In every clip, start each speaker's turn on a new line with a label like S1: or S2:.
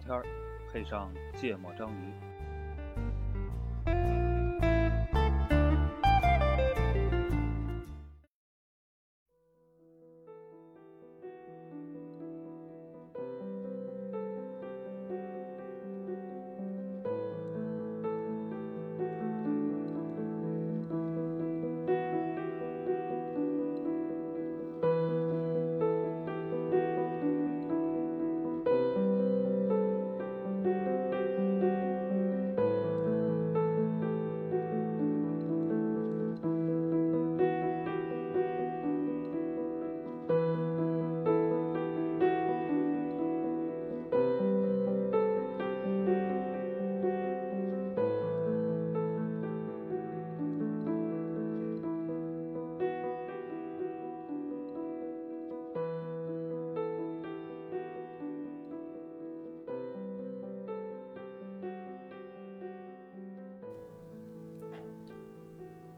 S1: 片儿，配上芥末章鱼。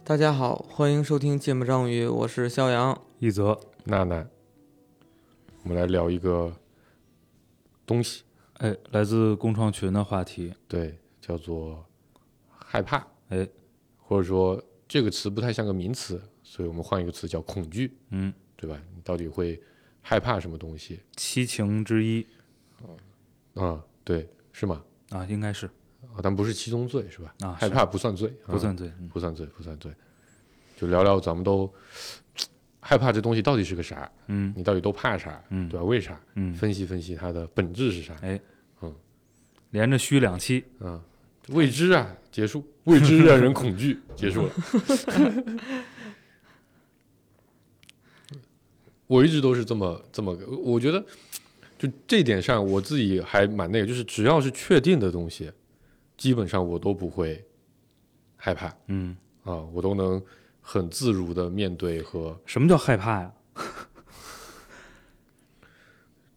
S2: 大家好，欢迎收听《芥末章鱼》，我是肖阳。
S3: 一则，
S4: 娜娜，我们来聊一个东西，
S3: 哎，来自共创群的话题，
S4: 对，叫做害怕，
S3: 哎，
S4: 或者说这个词不太像个名词，所以我们换一个词叫恐惧，
S3: 嗯，
S4: 对吧？你到底会害怕什么东西
S3: 七情之一
S4: 啊、对，是吗？
S3: 啊，应该是
S4: 啊，但不是七宗罪是吧？
S3: 啊
S4: 害
S3: 是
S4: 怕不算罪，啊
S3: 不算罪，嗯
S4: 不算罪，不算罪，就聊聊咱们都害怕这东西到底是个啥？
S3: 嗯
S4: 你到底都怕啥？
S3: 嗯
S4: 对吧？为啥？
S3: 嗯，
S4: 分析分析它的本质是啥？
S3: 哎，
S4: 嗯，
S3: 连着虚两期，
S4: 啊，未知啊，结束，未知让人恐惧，结束了。 我一直都是这么这么个，我觉得就这点上，我自己还蛮那个，就是只要是确定的东西，基本上我都不会害怕
S3: 嗯，
S4: 啊，我都能很自如的面对和
S3: 什么叫害怕呀？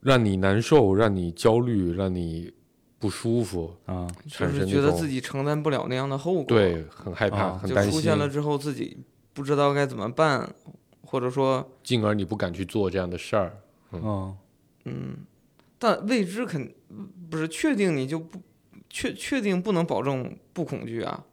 S4: 让你难受、让你焦虑、让你不舒服，
S3: 啊，
S2: 就
S4: 产
S2: 是
S4: 生
S2: 觉
S4: 那
S2: 得自
S4: 种
S2: 己承担不了那样的后果，，
S4: 对很害怕、
S3: 啊
S4: 很
S2: 就
S4: 担
S2: 出
S4: 心，
S2: 现了之后自己不知道该怎么办，或者说，
S4: 进而你不敢去做这样的事儿。嗯
S3: 嗯，
S2: 嗯，但未知肯不是确定，你就不确确定不能保证不恐惧啊。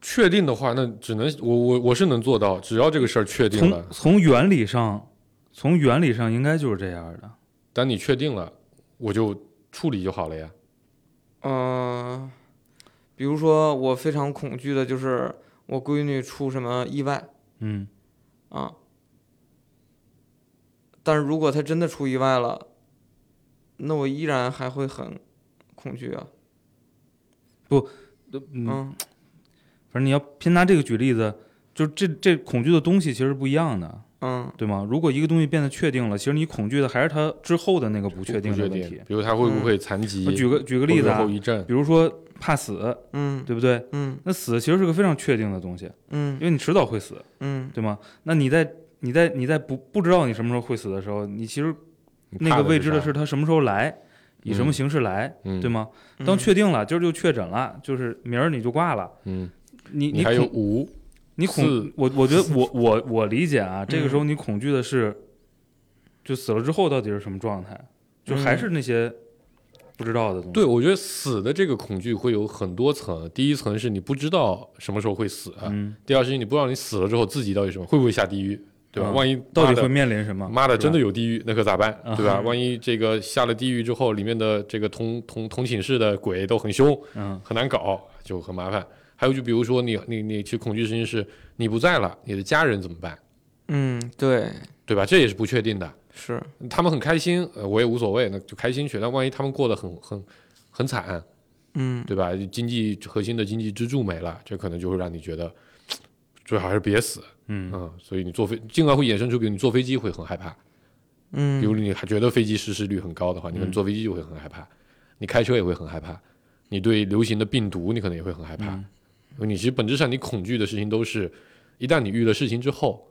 S4: 确定的话，那只能我我我是能做到，只要这个事儿确定了
S3: 从，从原理上，从原理上应该就是这样的，
S4: 当你确定了，我就处理就好了呀。
S2: 嗯、比如说我非常恐惧的就是我闺女出什么意外
S3: 嗯
S2: 啊，但是如果她真的出意外了，那我依然还会很恐惧啊。
S3: 嗯，
S2: 嗯，
S3: 反正你要偏拿这个举例子，就这这恐惧的东西其实不一样的，
S2: 嗯，
S3: 对吗？如果一个东西变得确定了，其实你恐惧的还是它之后的那个不确定
S4: 不
S3: 的
S4: 确
S3: 问
S4: 定
S3: 题。，嗯
S4: 比如他会不会残疾，
S3: 我举个举
S4: 个
S3: 个例子啊
S4: 后，遗症，
S3: 比如说怕死，
S2: 嗯，
S3: 对不对？
S2: 嗯，
S3: 那死其实是个非常确定的东西，因
S2: 嗯，
S3: 为你迟早会死，
S2: 嗯，
S3: 对吗？那你在你在你在不不知道你什么时候会死的时候，你其实
S4: 你
S3: 那
S4: 怕
S3: 个
S4: 的
S3: 未知的
S4: 啥
S3: 是，它什么时候来，以什么
S4: 嗯
S3: 形式来，
S4: 嗯，
S3: 对
S4: 吗？
S3: 吗？
S2: 嗯
S3: 当确定了，今儿就确诊了，就是明儿你就挂了，
S4: 嗯，
S3: 你嗯
S4: 你还有
S3: 恐
S4: 无，
S3: 你恐
S4: 四
S3: 我我觉 得我我我理解啊，这个时候你恐惧的是，就死了之后到底是什么状态，就还是那些不知道的东西。
S4: 对我觉得死的这个恐惧会有很多层，第一层是你不知道什么时候会死，啊
S3: 嗯，
S4: 第二是你不知道你死了之后自己到底什么，会不会下地狱，对吧？
S3: 嗯
S4: 万一
S3: 到
S4: 妈
S3: 底
S4: 的
S3: 会面临什么？
S4: 妈的，
S3: 是吧
S4: 啊真的有地狱，那可咋办
S3: 啊，
S4: 对吧？万一这个下了地狱之后，里面的这个同同同寝室的鬼都很凶，
S3: 嗯
S4: 很难搞，就很麻烦。还有就比如说你你你去恐惧实验室，你不在了，你的家人怎么办，
S2: 嗯，对，
S4: 对吧？这也是不确定的。
S2: 是，
S4: 他们很开心，呃，我也无所谓，那就开心去。但万一他们过得很很很惨，
S2: 嗯，
S4: 对吧？经济核心的经济支柱没了，这可能就会让你觉得最好还是别死，
S3: 嗯
S4: 嗯。所以你坐飞，进而会衍生出，比如你坐飞机会很害怕，
S2: 嗯，
S4: 比如你还觉得飞机失事率很高的话，你可能坐飞机就会很害怕，你开车也会很害怕，你对流行的病毒你可能也会很害怕。
S2: 嗯
S4: 你其实本质上你恐惧的事情都是，一旦你遇了事情之后，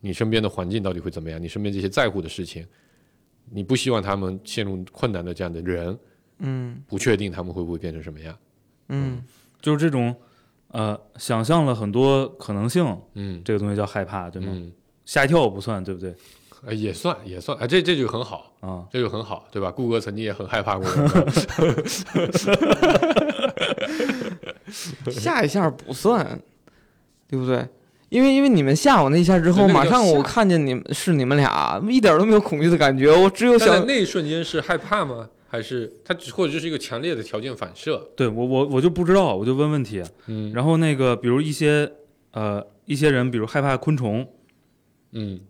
S4: 你身边的环境到底会怎么样？你身边这些在乎的事情，你不希望他们陷入困难的这样的人，
S2: 嗯，
S4: 不确定他们会不会变成什么样。
S2: 嗯，
S3: 就是这种呃，想象了很多可能性，
S4: 嗯
S3: 这个东西叫害怕，对吗？
S4: 嗯
S3: 吓一跳不算，对不对？
S4: 呃也算也算，哎，这这就很好，
S3: 啊，
S4: 这就很好，对吧？顾哥曾经也很害怕过人高，
S2: 下一下不算，对不对？因为因为你们吓我那一下之后，
S4: 对那个
S2: 马
S4: 叫
S2: 上我
S4: 吓
S2: 看见你们是你们俩，一点都没有恐惧的感觉，我只有
S4: 但在
S2: 想
S4: 那一瞬间是害怕吗？还是他只或者就是一个强烈的条件反射？
S3: 对我我我就不知道，我就问问题。
S4: 嗯
S3: 然后那个，比如一些呃一些人，比如害怕昆虫，
S4: 嗯，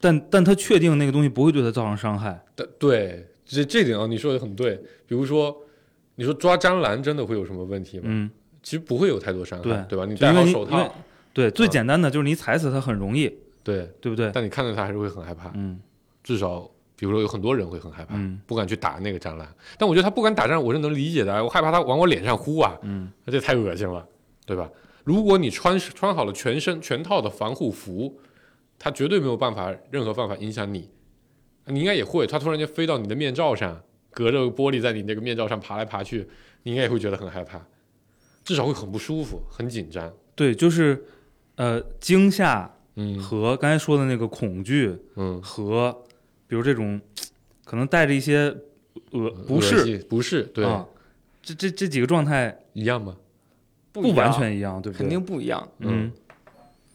S3: 但但他确定那个东西不会对他造成伤害。
S4: 但对这这点啊，你说的很对。比如说，你说抓蟑螂真的会有什么问题吗？
S3: 嗯，
S4: 其实不会有太多伤害，
S3: 对
S4: 对吧？你
S3: 就
S4: 戴
S3: 因为
S4: 好
S3: 你
S4: 手
S3: 因为
S4: 套，
S3: 对，最
S4: 嗯
S3: 简单的就是你踩死它很容易，
S4: 对，
S3: 对不对？
S4: 但你看到它还是会很害怕。
S3: 嗯
S4: 至少，比如说有很多人会很害怕，
S3: 嗯
S4: 不敢去打那个蟑螂。但我觉得他不敢打蟑螂，我是能理解的啊，我害怕他往我脸上呼啊，
S3: 嗯，
S4: 这太恶心了，对吧？如果你穿穿好了全身全套的防护服，它绝对没有办法任何办法影响你。你应该也会，它突然间飞到你的面罩上，隔着玻璃在你那个面罩上爬来爬去，你应该也会觉得很害怕，至少会很不舒服，很紧张。
S3: 对，就是呃惊吓
S4: 嗯
S3: 和刚才说的那个恐惧
S4: 嗯，
S3: 和比如这种可能带着一些恶不
S4: 恶
S3: 适
S4: 心不是，对，
S3: 啊，这这这几个状态
S4: 一样吗？
S3: 不完
S2: 一样
S3: 全一样，对不对？
S2: 肯定不一样。
S3: 嗯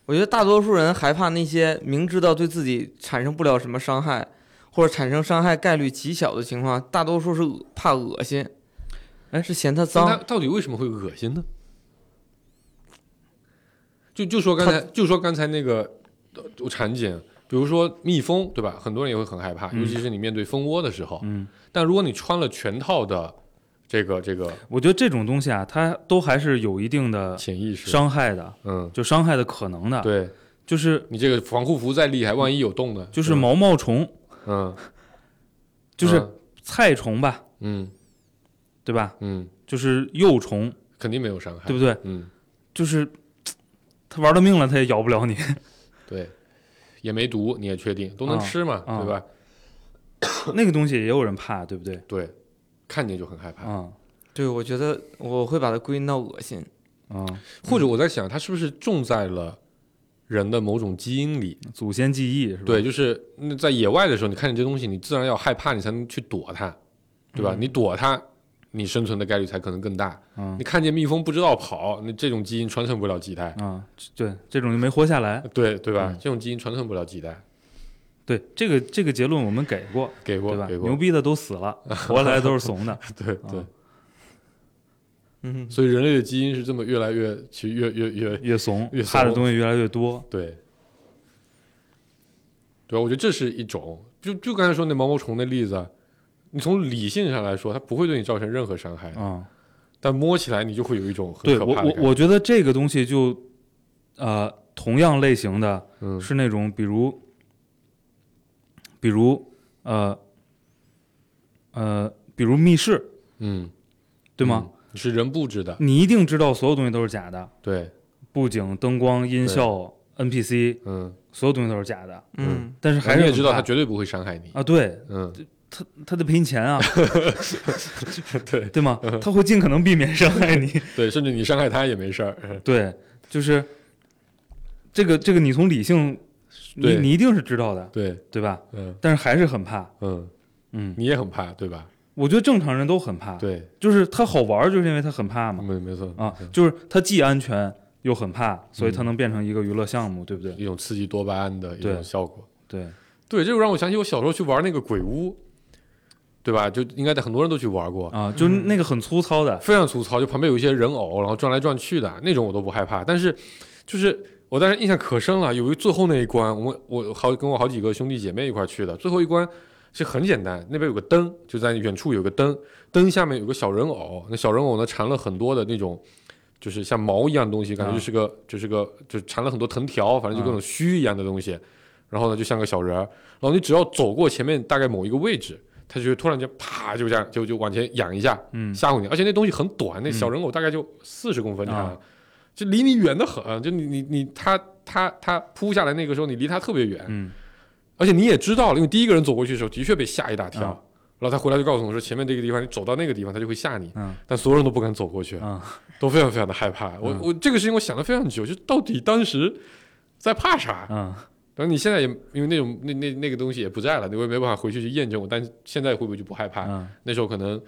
S2: 我觉得大多数人害怕那些明知道对自己产生不了什么伤害，或者产生伤害概率极小的情况，大多数是恶怕恶心，
S3: 哎
S2: 是嫌它
S4: 但他
S2: 脏。
S4: 到底为什么会恶心呢？就就说刚才就说刚才那个呃产检，比如说蜜蜂，对吧？很多人也会很害怕，
S3: 嗯
S4: 尤其是你面对蜂窝的时候。
S3: 嗯，
S4: 但如果你穿了全套的这个这个
S3: 我觉得这种东西啊，它都还是有一定的
S4: 潜意识，
S3: 呃伤害的，
S4: 嗯，
S3: 就伤害的可能的。，
S4: 对
S3: 就是
S4: 你这个防护服再厉害，万一有洞呢？
S3: 就是毛毛虫，
S4: 嗯，
S3: 就是菜虫吧，
S4: 嗯
S3: 对吧？
S4: 嗯，
S3: 就是幼虫，
S4: 肯定没有伤害，
S3: 对不
S4: 对？
S3: 对？
S4: 嗯，
S3: 就是它玩了命了，它也咬不了你。
S4: 对，也没毒，你也确定都能
S3: 啊
S4: 吃嘛，
S3: 啊
S4: 对吧？
S3: 那个东西也有人怕，对不对？
S4: 对，看见就很害怕。
S3: 啊
S2: 对，我觉得我会把它归因到恶心。
S3: 啊，
S4: 或者我在想，它是不是种在了人的某种基因里？
S3: 祖先记忆是吧？
S4: 对，，就是那在野外的时候，你看见这东西，你自然要害怕，你才能去躲它，对吧？你躲它，你生存的概率才可能更大。
S3: 嗯
S4: 你看见蜜蜂不知道跑，那这种基因传承不了几代，
S3: 啊，对，这种就没活下来。
S4: 对对吧？
S3: 嗯
S4: 这种基因传承不了几代，
S3: 对，这个这个结论我们给过，
S4: 给过
S3: 对吧？
S4: 给过
S3: 牛，逼的都死 了，活下来都是怂的。
S4: 对对。
S3: 啊
S2: 嗯，
S4: 所以人类的基因是这么越来越，其实越越越
S3: 越怂
S4: 越，
S3: 怕的
S4: 怂
S3: 东西越来越多。
S4: 对，对啊，我觉得这是一种，就就刚才说那毛毛虫的例子啊，你从理性上来说，它不会对你造成任何伤害，
S3: 嗯，
S4: 但摸起来你就会有一种哎很
S3: 对
S4: 可
S3: 我
S4: 怕的
S3: 我我觉得这个东西就，呃，同样类型的
S4: 我嗯
S3: 是那种，比如，比如，呃，呃，比如密室，
S4: 嗯，
S3: 对吗？
S4: 嗯？是人布置的，
S3: 你一定知道所有东西都是假的，
S4: 对，
S3: 布景、灯光、音效、NPC，
S4: 嗯，
S3: 所有东西都是假的，
S2: 嗯，
S3: 但是还是
S4: 你也
S3: 很
S4: 知道
S3: 怕
S4: 它绝对不会伤害你，
S3: 啊，对
S4: 嗯，
S3: 他他得赔你钱啊，
S4: 对嗯
S3: 对吗？他会尽可能避免伤害 你，
S4: 对，甚至你伤害它也没事儿，
S3: 对，就是这个这个，你从理性，你
S4: 对
S3: 你一定是知道的，
S4: 对，
S3: 对吧？
S4: 嗯
S3: 但是还是很怕，
S4: 嗯，
S3: 嗯，
S4: 你也很怕对吧？
S3: 我觉得正常人都很怕，
S4: 对，嗯
S3: 就是他好玩，就是因为他很怕嘛，
S4: 没没错，
S3: 啊，就是他既安全又很怕，所以
S4: 嗯
S3: 他能变成一个娱乐项目，对不对？
S4: 一种刺激多巴胺的一
S3: 对
S4: 种效果。
S3: 对，
S4: 对，这就让我想起我小时候去玩那个鬼屋，对吧？就应该在很多人都去玩过，
S3: 啊，就是那个很粗糙的，
S4: 非常粗糙，就旁边有一些人偶，然后转来转去的那种，我都不害怕。但是，就是我当时印象可深了，有一最后那一关，我们我好跟我好几个兄弟姐妹一块儿去的，最后一关是很简单，那边有个灯，就在远处有个灯，灯下面有个小人偶，那小人偶呢缠了很多的那种。就是像毛一样的东西，感觉
S3: 啊
S4: 就是个、就是个就缠了很多藤条，反正就各种须一样的东西，然后呢就像个小人儿，然后你只要走过前面大概某一个位置，它就会突然间啪就这样就就往前仰一下，
S3: 嗯
S4: 吓唬你，而且那东西很短，那小人偶大概就四十公分
S3: 啊
S4: 长，就离你远的很，就你你你他他他扑下来那个时候，你离他特别远，
S3: 嗯
S4: 而且你也知道了，因为第一个人走过去的时候的确被吓一大跳，
S3: 啊
S4: 然后他回来就告诉我说，前面这个地方你走到那个地方，他就会吓你，
S3: 嗯
S4: 但所有人都不敢走过去，
S3: 啊
S4: 都非常非常的害怕。我、
S3: 嗯
S4: 我这个事情我想了非常久，就到底当时在怕啥？
S3: 啊
S4: 但你现在也因为那种那那那个东西也不在了，我也没办法回去去验证我，但是现在会不会就不害怕？
S3: 嗯
S4: 那时候可能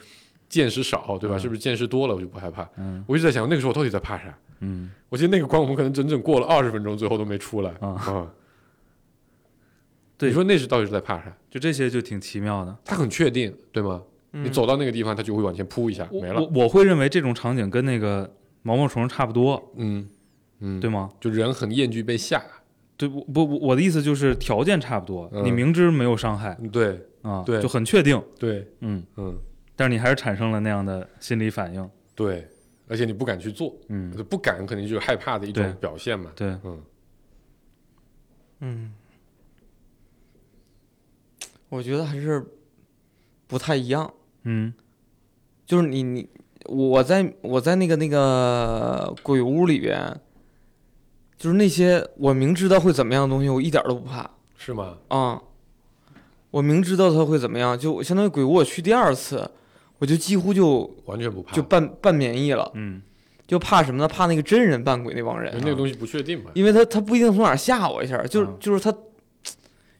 S4: 见识少，对吧？
S3: 嗯
S4: 是不是见识多了我就不害怕？
S3: 嗯
S4: 我一直在想，那个时候我到底在怕啥？
S3: 嗯，
S4: 我记得那个关我们可能整整过了二十分钟，最后都没出来
S3: 啊
S4: 嗯
S3: 对
S4: 你说那是到底是在怕啥？
S3: 就这些就挺奇妙的。
S4: 他很确定，对吗？你走到那个地方，他就会往前扑一下，
S3: 嗯我
S4: 没
S3: 我
S4: 了。
S3: 我会认为这种场景跟那个毛毛虫差不多，
S4: 嗯嗯，
S3: 对，吗？
S4: 就人很厌惧被吓，
S3: 对不不，我我的意思就是条件差不多，
S4: 嗯
S3: 你明知没有伤害
S4: 对
S3: 啊，
S4: 对
S3: 就很确定，
S4: 对，
S3: 嗯，
S4: 嗯
S3: 但是你还是产生了那样的心理反应，
S4: 对，而且你不敢去做，
S3: 嗯，
S4: 就不敢肯定就是害怕的一
S3: 对
S4: 种表现嘛。
S3: 对，
S4: 嗯，
S2: 嗯，我觉得还是不太一样。
S3: 嗯
S2: 就是你你我在我在那个那个鬼屋里边，就是那些我明知道会怎么样的东西，我一点儿都不怕
S4: 是吗？
S2: 啊、我明知道它会怎么样，就相当于鬼屋我去第二次，我就几乎就
S4: 完全不怕，
S2: 就半半免疫了，
S3: 嗯
S2: 就怕什么呢？怕那个真人扮鬼那帮
S4: 因为
S2: 人，啊
S4: 那个东西不确定嘛。
S2: 因为他他不一定从哪儿吓我一下，就是
S3: 嗯
S2: 就是他。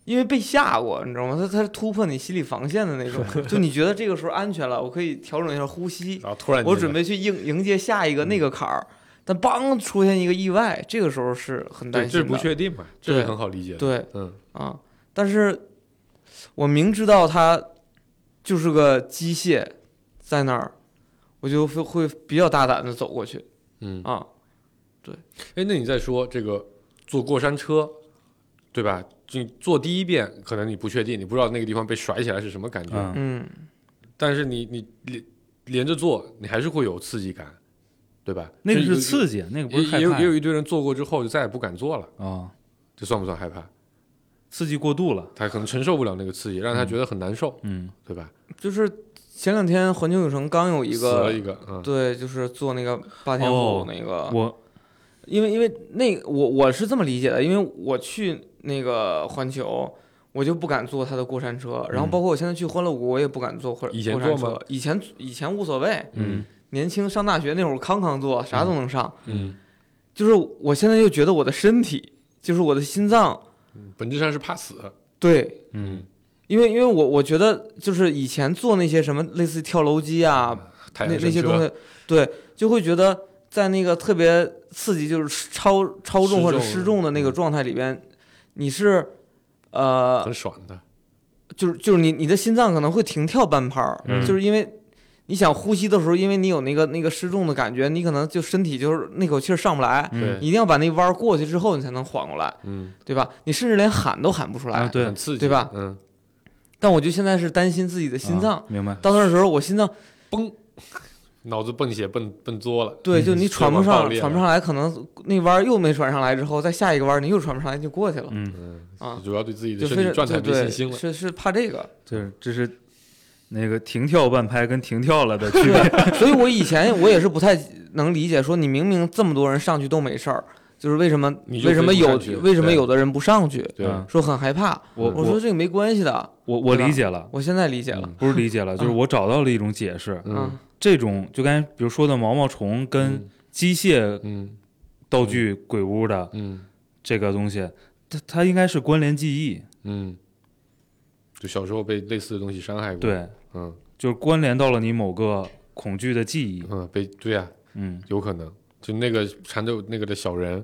S2: 因为被吓过，你知道吗？他他是突破你心理防线的那种， 就你觉得这个时候安全了，我可以调整一下呼吸，
S4: 然后突然间
S2: 我准备去迎迎接下一
S4: 嗯
S2: 个那个坎儿，但梆出现一个意外，这个时候是很
S4: 对，
S2: 担
S4: 这
S2: 心
S4: 是
S2: 的。
S4: 不确定嘛，这是
S2: 对
S4: 很好理解的。，
S2: 对
S4: 嗯，
S2: 啊，但是我明知道它就是个机械在那儿，我就会会比较大胆的走过去
S4: 嗯，
S2: 啊。
S4: 哎，那你再说这个坐过山车，对吧？就你坐第一遍，可能你不确定，你不知道那个地方被甩起来是什么感觉，
S3: 嗯
S2: 嗯，
S4: 但是你你连连着坐，你还是会有刺激感，对吧？
S3: 那个
S4: 就是有
S3: 刺激，那个不
S4: 也
S3: 是害
S4: 也有
S3: 怕
S4: 也有一堆人做过之后就再也不敢做了，
S3: 啊，
S4: 这算不算害怕？
S3: 刺激过度了，
S4: 他可能承受不了那个刺激，让他觉得很难受，
S3: 嗯
S4: 对吧？
S2: 就是前两天环球影城刚有一
S4: 死了
S2: 个，
S4: 一个，嗯，
S2: 对，就是做那个霸天虎
S3: 哦
S2: 那个，
S4: 啊
S3: 我
S2: 因为因为那个我我是这么理解的，因为我去那个环球，我就不敢坐他的过山车，然后包括我现在去欢乐谷，我也不敢坐过
S4: 嗯以前
S2: 过山
S4: 坐
S2: 车
S4: 吗。
S2: 以前以前无所谓，
S4: 嗯
S2: 年轻上大学那会儿康康坐，啥都能上。
S4: 嗯，
S2: 就是我现在就觉得我的身体，就是我的心脏，
S4: 嗯本质上是怕死，
S2: 对，
S3: 嗯，
S2: 因为因为我我觉得就是以前做那些什么类似于跳楼机啊，
S4: 嗯太
S2: 那
S4: 阳
S2: 那
S4: 神
S2: 些
S4: 车
S2: 东西，对，就会觉得在那个特别刺激，就是超超重或者
S4: 失重嗯
S2: 失重的那个状态里边，你是呃，
S4: 很爽的，
S2: 就是就是你你的心脏可能会停跳半拍儿，
S3: 嗯
S2: 就是因为你想呼吸的时候，因为你有那个那个失重的感觉，你可能就身体就是那口气儿上不来，
S3: 嗯
S4: 对
S2: 你一定要把那弯儿过去之后，你才能缓过来，
S4: 嗯，
S2: 对吧？你甚至连喊都喊不出来。
S3: 啊对
S4: 很刺激，
S2: 对吧？
S4: 嗯，
S2: 但我就现在是担心自己的心脏，
S3: 啊明白，
S2: 到那时候我心脏
S4: 嘣，脑子蹦血蹦蹦作了，
S2: 对，就你
S4: 血
S2: 喘不
S4: 管爆
S2: 上，
S4: 裂
S2: 喘不
S4: 了
S2: 上来，可能那弯儿又没喘上来，之后再下一个弯儿你又喘不上来就过去了
S3: 嗯，
S4: 嗯，
S2: 啊，
S4: 主要对自己的
S2: 就
S4: 身
S2: 非
S4: 体
S2: 常
S4: 状态
S2: 对
S4: 没
S2: 对，
S4: 信心了。
S2: 是是怕这个，
S3: 就是这是那个停跳半拍跟停跳了的区 别，
S2: 所以我以前我也是不太能理解，说你明明这么多人上去都没事儿，就是为什么
S4: 你就
S2: 为什
S4: 非
S2: 么
S4: 不
S2: 有
S4: 上去
S2: 为什么
S4: 对
S2: 有的人不上去，
S4: 对，
S3: 啊
S2: 说很害怕，
S3: 我
S2: 我说
S3: 我
S2: 这个没关系的，
S3: 我我
S2: 对吧
S3: 理解了，
S2: 我现在理解了，
S3: 不是理解了，就是我找到了一种解释，
S4: 嗯
S3: 这种就刚才比如说的毛毛虫跟机械
S4: 嗯
S3: 道具鬼屋的
S4: 嗯
S3: 这个东西，它它应该是关联记忆，
S4: 嗯，就小时候被类似的东西伤害过，，
S3: 对，
S4: 嗯
S3: 就是关联到了你某个恐惧的记忆，
S4: 嗯，被对呀、
S3: 嗯
S4: 有可能就那个缠着那个的小人，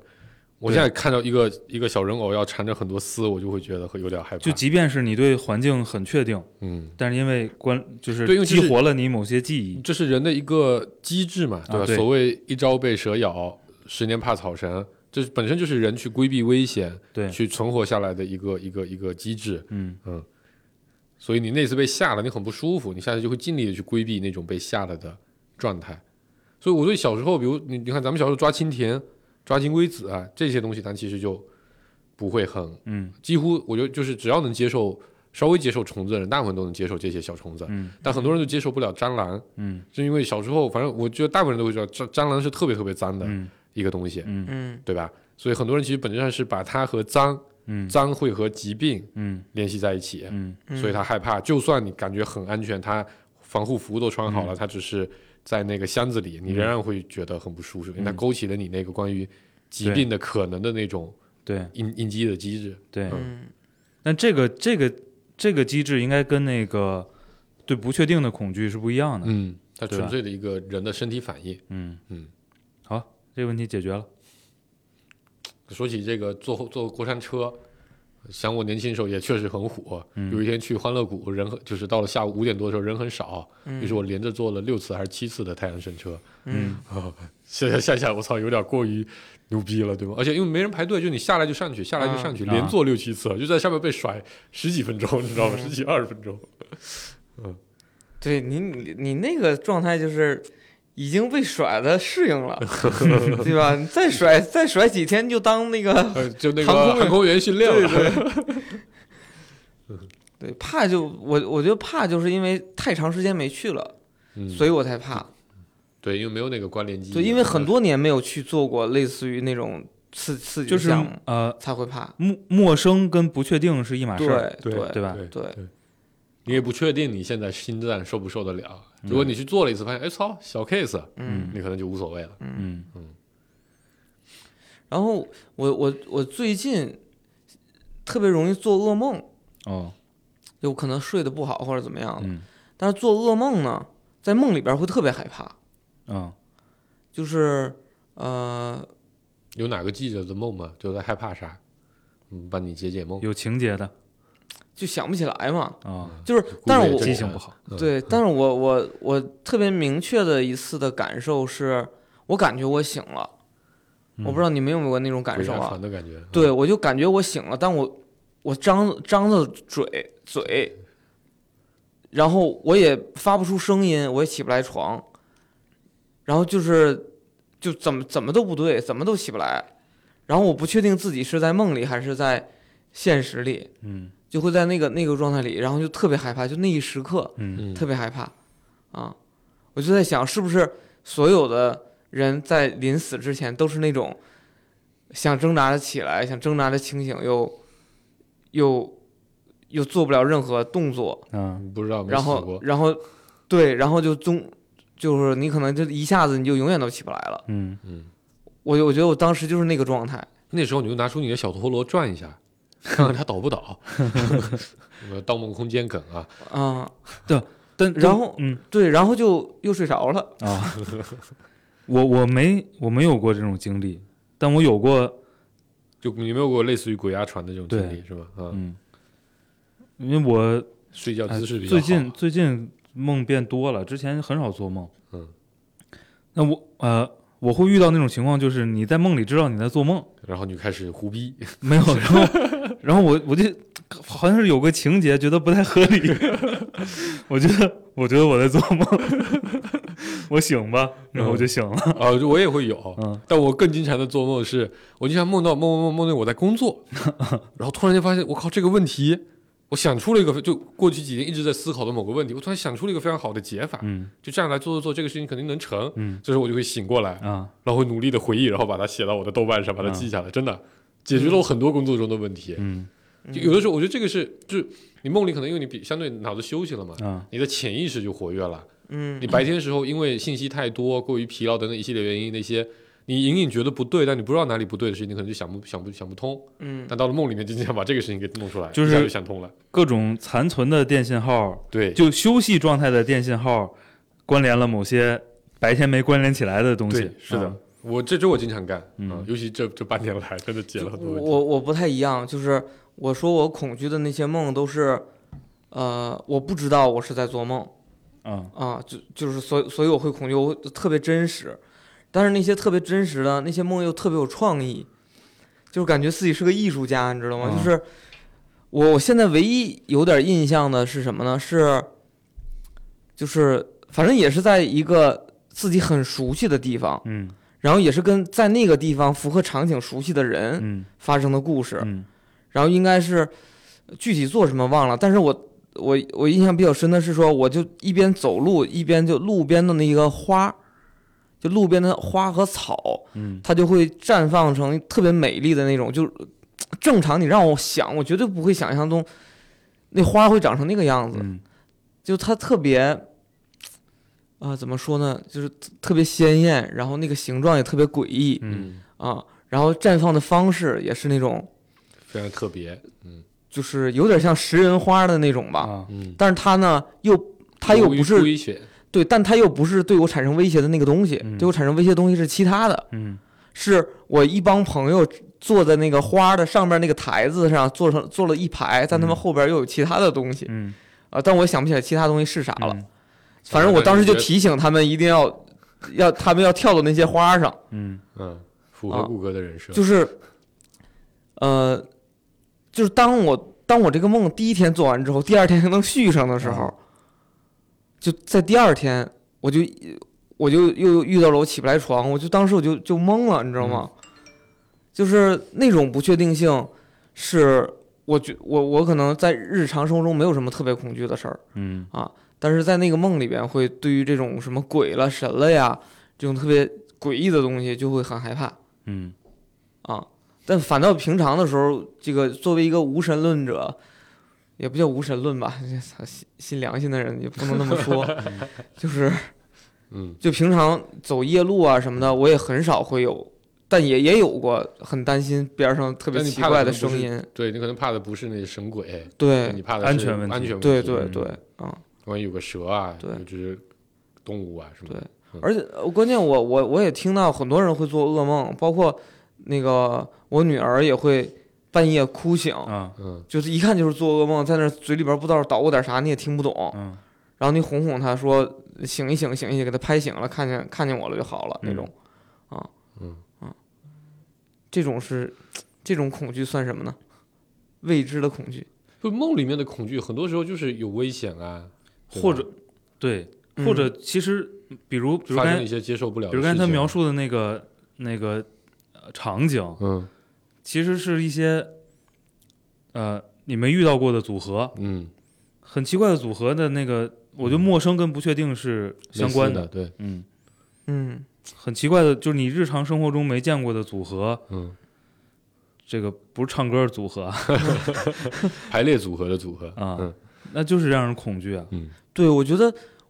S4: 我
S3: 对
S4: 现在看到一个一个小人偶要缠着很多丝，我就会觉得会有点害怕，
S3: 就即便是你对环境很确定，
S4: 嗯。
S3: 但是因为关就是
S4: 对因为这是
S3: 激活了你某些记忆，
S4: 这是人的一个机制嘛，对吧？
S3: 啊对
S4: 所谓一朝被蛇咬，十年怕草绳，这本身就是人去规避危险、
S3: 对，
S4: 去存活下来的一个一个一个机制。
S3: 嗯
S4: 所以你那次被吓了，你很不舒服，你下次就会尽力的去规避那种被吓了的状态。所以我对小时候，比如你你看咱们小时候抓蜻蜓、抓金龟子啊这些东西，咱其实就不会很
S3: 嗯
S4: 几乎，我觉得就是只要能接受稍微接受虫子的人，大部分都能接受这些小虫子。
S3: 嗯
S4: 但很多人就接受不了蟑螂，
S3: 嗯
S4: 是因为小时候反正我觉得大部分人都会知道蟑蟑螂是特别特别脏的
S3: 嗯
S4: 一个东西，
S3: 嗯
S2: 嗯
S4: 对吧？所以很多人其实本质上是把它和脏
S3: 嗯
S4: 脏会和疾病
S3: 嗯
S4: 联系在一起。
S3: 嗯
S2: 嗯，
S4: 所以他害怕。就算你感觉很安全，他防护服都穿
S3: 嗯
S4: 好了，他只是在那个箱子
S3: 嗯
S4: 里，你仍然会觉得很不舒服，因为它勾起了你那个关于疾病的可能的那种
S3: 对
S4: 应应激的机制。
S3: 对，
S2: 嗯
S3: 但这个这个这个机制应该跟那个对不确定的恐惧是不一样的。
S4: 嗯，它
S3: 对
S4: 纯
S3: 吧
S4: 粹的一个人的身体反应。
S3: 嗯
S4: 嗯，
S3: 好，这个问题解决了。
S4: 说起这个坐坐过山车，想我年轻的时候也确实很火。
S3: 嗯
S4: 有一天去欢乐谷，人很就是到了下午五点多的时候人很少，
S2: 嗯
S4: 于是我连着坐了六次还是七次的太阳神车。哦
S2: 嗯
S4: 现在下下我操，有点过于牛逼了，对吗？而且因为没人排队，就你下来就上去，下来就
S2: 嗯
S4: 上去，
S3: 啊
S4: 连坐六七次，就在上面被甩十几分钟，你知道吗？
S2: 嗯
S4: 十几二十分 钟。
S2: 对你你你那个状态就是已经被甩的适应了，对吧？你再甩再甩几天就当那个
S4: 呃，就那个
S2: 航空员
S4: 航空员训练了，
S2: 对怕就我我觉得怕就是因为太长时间没去了，
S4: 嗯啊
S2: 所以我才怕。
S4: 对，因为没有那个关联机，
S2: 对，因为很多年没有去做过类似于那种刺刺激
S3: 就
S2: 的
S3: 是
S2: 项目，
S3: 呃，
S2: 才会怕。
S3: 陌陌生跟不确定是一码
S2: 对
S3: 事儿，
S4: 对
S2: 对
S3: 对吧？
S4: 对
S2: 对
S4: 你也不确定你现在心脏受不受得了。如果你去做了一次，发现哎操小 case，
S2: 嗯
S4: 你可能就无所谓了。
S3: 嗯
S2: 然后我我我最近特别容易做噩梦，
S3: 哦
S2: 有可能睡得不好或者怎么样的。
S3: 嗯
S2: 但是做噩梦呢，在梦里边会特别害怕，
S3: 嗯
S2: 就是呃，
S4: 有哪个记者的梦吗？就在害怕啥？嗯，帮你解解梦。
S3: 有情节的啊、
S2: 就想不起来嘛。
S3: 哦
S2: 就是，但是
S4: 估
S2: 我
S4: 计
S3: 记
S4: 也
S3: 性
S4: 正
S3: 不
S4: 常
S3: 好，
S4: 嗯
S2: 对，但是我我我特别明确的一次的感受是，我感觉我醒了，
S3: 嗯
S2: 我不知道你们有没有过那种感
S4: 鬼
S2: 受
S4: 压
S2: 啊？
S4: 床的感觉。
S2: 对，我就感觉我醒了，但我我张张着嘴嘴，然后我也发不出声音，我也起不来床，然后就是就怎么怎么都不对，怎么都起不来，然后我不确定自己是在梦里还是在现实里，
S3: 嗯
S2: 就会在那个那个状态里，然后就特别害怕，就那一时刻
S3: 嗯
S4: 嗯，
S2: 特别害怕啊！我就在想，是不是所有的人在临死之前都是那种想挣扎着起来，想挣扎着清醒，又又又做不了任何动作，
S3: 嗯
S4: 不知道啊没
S2: 然
S4: 死
S2: 后
S4: 过。
S2: 然后对，然后就中就是你可能就一下子你就永远都起不来了。
S3: 嗯
S4: 嗯，
S2: 我就我觉得我当时就是那个状态，
S4: 那时候你就拿出你的小陀螺转一下，看看它倒不倒。我《盗梦空间》梗啊，
S2: 啊，
S3: 但
S2: 然后
S3: 嗯
S2: 对，然后就又睡着了，
S3: 啊、我我没我没有过这种经历，但我有过，
S4: 就你没有过类似于鬼压床的这种经历
S3: 对
S4: 是吧？啊，
S3: 嗯，因为我
S4: 睡觉
S3: 哎
S4: 姿势比较
S3: 最
S4: 好。
S3: 近最近梦变多了，之前很少做梦。
S4: 嗯，
S3: 那我呃，我会遇到那种情况，就是你在梦里知道你在做梦，
S4: 然后你就开始胡逼，
S3: 没有，然 后然后我我就好像是有个情节觉得不太合理， 我觉得我觉得我在做梦， 我醒吧，然后我就醒了。
S4: 啊，我也会有，
S3: 嗯
S4: 但我更经常的做梦是，我经常梦到梦梦梦梦见我在工作，然后突然间发现，我靠，这个问题，我想出了一个，就过去几天一直在思考的某个问题，我突然想出了一个非常好的解法，
S3: 嗯
S4: 就这样来做做做，这个事情肯定能成。
S3: 嗯
S4: 这时候我就会醒过来，
S3: 啊
S4: 然后努力的回忆，然后把它写到我的豆瓣上，把它记下来，真的解决了我很多工作中的问题。
S3: 嗯
S4: 就有的时候，我觉得这个是，就是你梦里可能因为你比相对脑子休息了嘛，
S3: 啊
S4: 你的潜意识就活跃了。
S2: 嗯，
S4: 你白天时候因为信息太多、过于疲劳等等一系列原因，那些你隐隐觉得不对，但你不知道哪里不对的事情，你可能就想不想不想不通。
S2: 嗯
S4: 但到了梦里面，就经常把这个事情给弄出来，
S3: 就是
S4: 一下就想通了。
S3: 各种残存的电信号，
S4: 对，
S3: 就休息状态的电信号，关联了某些白天没关联起来的东西
S4: 对。是的
S3: 啊
S4: 我这这我经常干，
S3: 嗯
S4: 啊尤其这这半年来，真的解了很多问题。
S2: 我我不太一样，就是我说我恐惧的那些梦都是，呃，我不知道我是在做梦
S3: 啊
S2: 啊，就就是所以所以我会恐惧，我特别真实，但是那些特别真实的那些梦又特别有创意，就是感觉自己是个艺术家，你知道吗？
S3: 嗯
S4: 啊
S2: 就是我我现在唯一有点印象的是什么呢？是就是反正也是在一个自己很熟悉的地方，
S3: 嗯
S2: 然后也是跟在那个地方符合场景熟悉的人。
S3: 嗯
S2: 发生的故事，
S3: 嗯
S2: 然后应该是呃具体做什么忘了，但是我我我印象比较深的是说，我就一边走路一边就路边的那个花，就路边的花和草，
S3: 嗯
S2: 它就会绽放成特别美丽的那种，就是呃正常你让我想，我绝对不会想象中那花会长成那个样子，
S3: 嗯
S2: 就它特别。啊、怎么说呢？就是特特别鲜艳，然后那个形状也特别诡异，
S3: 嗯
S2: 啊，然后绽放的方式也是那种，
S4: 非常特别，嗯
S2: 就是有点像食人花的那种吧。
S3: 啊，
S4: 嗯，
S2: 但是它呢，又它又
S4: 由于
S2: 不是
S4: 危险，
S2: 对，但它又不是对我产生威胁的那个东西，
S3: 嗯
S2: 对我产生威胁的东西是其他的，
S3: 嗯
S2: 是我一帮朋友坐在那个花的上面那个台子上坐上坐了一排，但他们
S3: 嗯
S2: 后边又有其他的东西
S3: 嗯，
S2: 啊、但我也想不起来其他东西是啥了。
S3: 嗯
S2: 反正我当时就提醒他们一定要要他们要跳到那些花上，
S3: 嗯
S4: 嗯，符
S2: 啊
S4: 合谷歌的人设，
S2: 就是呃，就是当我当我这个梦第一天做完之后，第二天还能续上的时候，就在第二天我就我就又遇到了我起不来床，我就当时我就就懵了，你知道吗？就是那种不确定性是。我觉我我可能在日常生活中没有什么特别恐惧的事儿，
S3: 嗯
S2: 但是在那个梦里边，会对于这种什么鬼了、神了呀，这种特别诡异的东西，就会很害怕
S3: 嗯
S2: 啊。但反倒平常的时候，这个作为一个无神论者，也不叫无神论吧， 这操信信良心的人也不能那么 说，就是
S4: 嗯
S2: 就平常走夜路啊什么的，我也很少会有，但也也有过很担心边上特别
S4: 但你
S2: 奇
S4: 怕的
S2: 怪的
S4: 可能不
S2: 声
S4: 是
S2: 音，
S4: 对你可能怕的不是那神鬼，
S2: 对
S4: 你怕的
S3: 安
S4: 是
S3: 全问题
S4: 安全问
S2: 对
S4: 题
S2: 对
S3: 嗯
S2: 对，啊。
S4: 万一有个蛇啊，
S2: 对
S4: 有只动物啊什么的，
S2: 而且呃关键我我我也听到很多人会做噩梦，包括那个我女儿也会半夜哭醒，
S3: 啊
S4: 嗯
S2: 就是一看就是做噩梦，在那嘴里边不知道捣鼓点啥，你也听不懂。
S3: 嗯
S2: 然后你哄哄她说醒一醒，醒一醒，给她拍醒了，看见看见我了就好了那种。啊
S4: 嗯，
S2: 这种是这种恐惧算什么呢？未知的恐惧，
S4: 就梦里面的恐惧，很多时候就是有危险啊，对吧
S3: 或者对，或者其实比如嗯比如刚
S4: 发
S3: 才
S4: 生了一些接受不了的
S3: 比
S4: 事
S3: 如
S4: 情，
S3: 刚才他描述的那个那个呃场景，
S4: 嗯
S3: 其实是一些呃你没遇到过的组合，
S4: 嗯
S3: 很奇怪的组合的那个，我觉得陌生跟不确定是相
S4: 类似
S3: 关
S4: 的，，对，
S3: 嗯，
S2: 嗯
S3: 很奇怪的，就是你日常生活中没见过的组合，
S4: 嗯，
S3: 这个不是唱歌的组合啊，
S4: 排列组合的组合
S3: 啊
S4: 嗯
S3: 那就是让人恐惧啊，
S4: 嗯
S2: 对，我觉得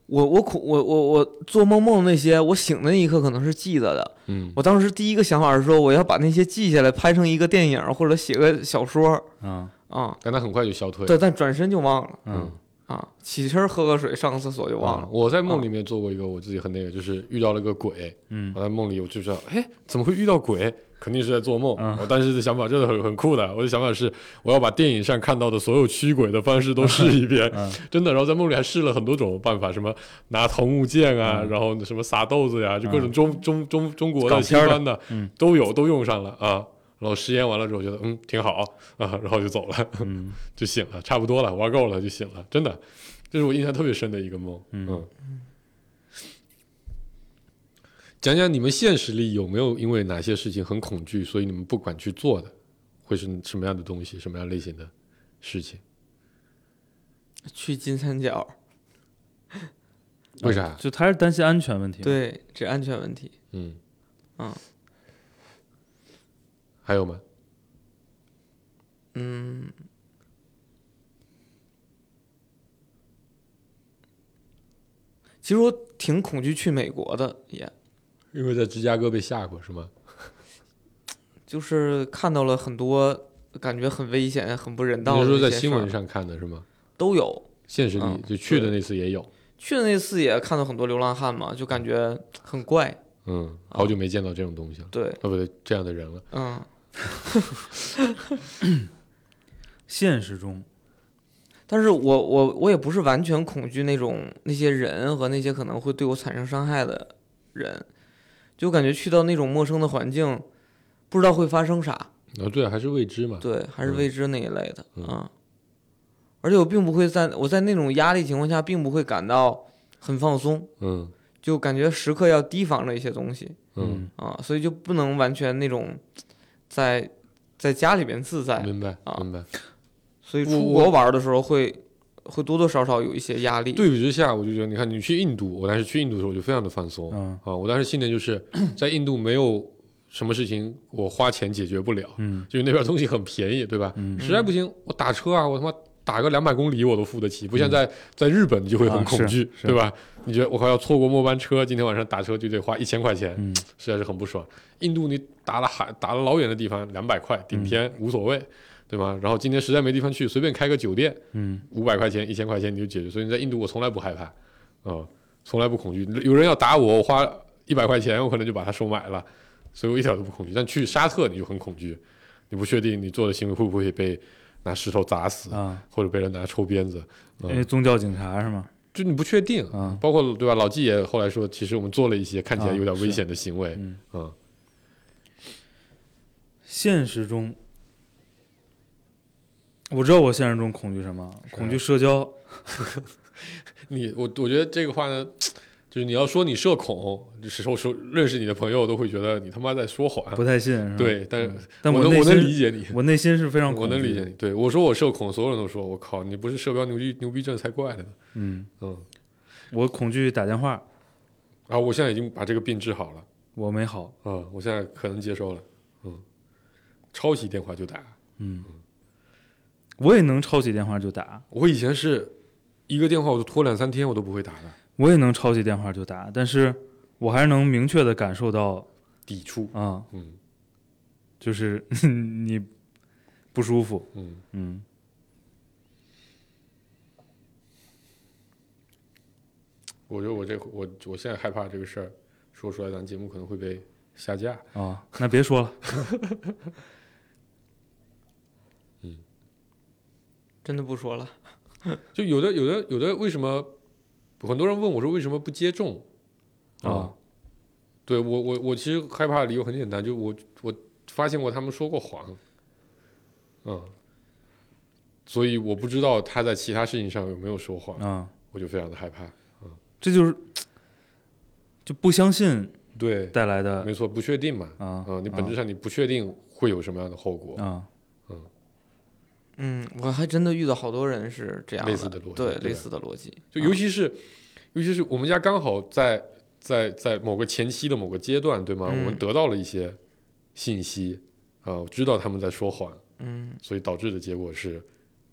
S2: 我我恐我我我做梦梦那些，我醒的那一刻可能是记得的，
S4: 嗯，
S2: 我当时第一个想法是说，我要把那些记下来，拍成一个电影或者写个小说
S4: 嗯
S3: 啊，
S2: 啊。
S4: 但他很快就消退，
S2: 对，但转身就忘了
S3: 嗯
S2: 啊，起身喝个水，上个厕所就忘
S4: 啊
S2: 了。
S4: 我在梦里面做过一个我自己很那个，就是遇到了个鬼，
S3: 嗯
S4: 我在梦里我就知道，哎，怎么会遇到鬼？肯定是在做梦。
S3: 嗯
S4: 我当时的想法真的很很酷的，我的想法是我要把电影上看到的所有驱鬼的方式都试一遍，
S3: 嗯
S4: 真的。然后在梦里还试了很多种办法，什么拿桃木剑啊，然后什么撒豆子呀、就各种中、中中中国
S3: 嗯搞
S4: 的、西
S3: 片儿的
S4: 方的，
S3: 嗯
S4: 都有都用上了啊。然后实验完了之后觉得嗯挺好啊， 然后就走了，
S3: 嗯
S4: 就醒了，差不多了，玩够了就醒了，真的，这是我印象特别深的一个梦。
S3: 嗯
S4: 嗯讲讲你们现实里有没有因为哪些事情很恐惧，所以你们不敢去做的，会是什么样的东西，什么样类型的事情？
S2: 去金三角，
S4: 为啥？
S3: 就他是担心安全问题，，
S2: 对，这安全问题。
S4: 嗯，
S2: 嗯，
S4: 还有吗？
S2: 嗯，其实我挺恐惧去美国的，也
S4: 因为在芝加哥被吓过是吗？
S2: 就是看到了很多感觉很危险、很不人道
S4: 你
S2: 的
S4: 是说
S2: 那
S4: 在
S2: 些
S4: 新
S2: 事儿
S4: 闻上看的是吗？
S2: 都有。
S4: 现实里
S2: 嗯
S4: 就去的那次也有，嗯
S2: 去的那次也看到很多流浪汉嘛，就感觉很怪。
S4: 嗯，好久没见到这种东西了，
S2: 对，
S4: 哦不对，这样的人了，
S2: 嗯，
S3: 现实中，
S2: 但是我我我也不是完全恐惧那种那些人和那些可能会对我产生伤害的人，就感觉去到那种陌生的环境，不知道会发生啥。
S4: 啊对啊，还是未知嘛，
S2: 对，还是
S4: 嗯
S2: 未知那一类的
S4: 嗯
S2: 啊。而且我并不会在我在那种压力情况下，并不会感到很放松，
S4: 嗯
S2: 就感觉时刻要提防着一些东西。
S4: 嗯，
S2: 啊，所以就不能完全那种在在家里边自在，
S4: 明白
S2: 啊
S4: 明白。
S2: 所以
S4: 我
S2: 出
S4: 我
S2: 国玩的时候会会多多少少有一些压力。
S4: 对比之下，我就觉得，你看你去印度，我当时去印度的时候我就非常的放松，
S3: 嗯
S4: 啊，我当时信念就是在印度没有什么事情我花钱解决不了，
S3: 嗯
S4: 就是那边东西很便宜，对吧？
S3: 嗯
S4: 实在不行我打车啊，我他妈打个两百公里我都付得起，不像在、在日本你就会
S3: 嗯
S4: 很
S3: 啊
S4: 恐
S3: 是
S4: 惧，
S3: 是
S4: 对吧？你觉得我靠要错过末班车，今天晚上打车就得花一千块钱，
S3: 嗯
S4: 实在是很不爽。印度你打了海打了老远的地方两百块顶天、无所谓，对吧？然后今天实在没地方去，随便开个酒店，
S3: 嗯，
S4: 五百块钱一千块钱你就解决。所以你在印度我从来不害怕，啊、从来不恐惧。有人要打我，我花一百块钱我可能就把他收买了，所以我一点都不恐惧。但去沙特你就很恐惧，你不确定你做的行为会不会被拿石头砸死，
S3: 啊，
S4: 或者被人拿抽鞭子。
S3: 因为宗教警察是吗？
S4: 就你不确定，
S3: 啊
S4: 包括对吧？老纪也后来说，其实我们做了一些看起来有点危险的行为，
S3: 嗯
S4: 嗯
S3: 现实中，我知道我现实中恐惧什么，
S4: 啊
S3: 恐惧社交。
S4: 你我我觉得这个话呢，就是你要说你社恐，就是说说认识你的朋友都会觉得你他妈在说谎，
S3: 不太信，是吧
S4: 啊
S3: 嗯
S4: 对，但是
S3: 但
S4: 我
S3: 内心
S4: 能我能理解你，
S3: 我内心是非常
S4: 我
S3: 恐惧，
S4: 能理解。你。对我说我社恐，所有人都说我靠，你不是社交牛逼牛逼症才怪呢。
S3: 嗯，
S4: 嗯，
S3: 我恐惧打电话，
S4: 啊，我现在已经把这个病治好了，
S3: 我没好，
S4: 啊、我现在可能接受了，嗯，抄起电话就打。
S3: 我也能抄起电话就打，
S4: 我以前是一个电话我都拖两三天我都不会打的，
S3: 我也能抄起电话就打，但是我还是能明确的感受到
S4: 抵触，
S3: 啊、
S4: 嗯
S3: 就是 你不舒服，
S4: 嗯。
S3: 嗯，
S4: 我觉得我这我我现在害怕这个事儿，说出来咱节目可能会被下架。
S3: 啊、那别说了，
S2: 真的不说了。
S4: 就有的有的有的为什么很多人问我说为什么不接种
S3: 啊、
S4: 对我我我其实害怕的理由很简单，就我我发现过他们说过谎，嗯，所以我不知道他在其他事情上有没有说谎
S3: 啊、，
S4: 我就非常的害怕。
S3: 这就是就不相信
S4: 对，
S3: 带来的
S4: 没错，不确定嘛，
S3: 呃啊
S4: 嗯，你本质上你不确定会有什么样的后果，
S3: 啊
S2: 嗯，我还真的遇到好多人是这样
S4: 类似的逻辑
S2: 对
S4: 对
S2: 类
S4: 吧
S2: 似的逻辑，啊
S4: 就尤其是，尤其是我们家刚好在在在某个前期的某个阶段，对吗？
S2: 嗯
S4: 我们得到了一些信息，啊、我知道他们在说谎，
S2: 嗯
S4: 所以导致的结果是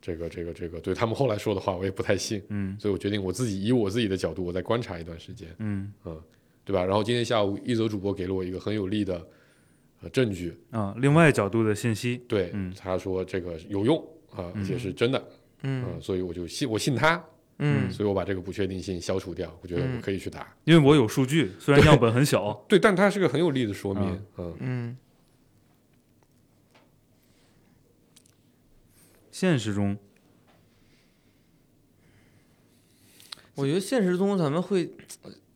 S4: 这个这个这个，对他们后来说的话我也不太信，
S3: 嗯
S4: 所以我决定我自己以我自己的角度，我再观察一段时间，啊
S3: 嗯
S4: 对吧？然后今天下午一则主播给了我一个很有力的呃证据，
S3: 啊、另外角度的信息，
S4: 对，
S3: 嗯
S4: 他说这个有用啊、而且是真的，嗯、
S2: 嗯
S4: 所以我就信我信他，
S2: 嗯
S4: 所以我把这个不确定性消除掉，我觉得我
S2: 嗯
S4: 可以去打。
S3: 因为我有数据，虽然样本很 小，
S4: 对，但它是个很有力的说明。嗯
S2: 嗯
S3: 现实中
S2: 我觉得现实中咱们会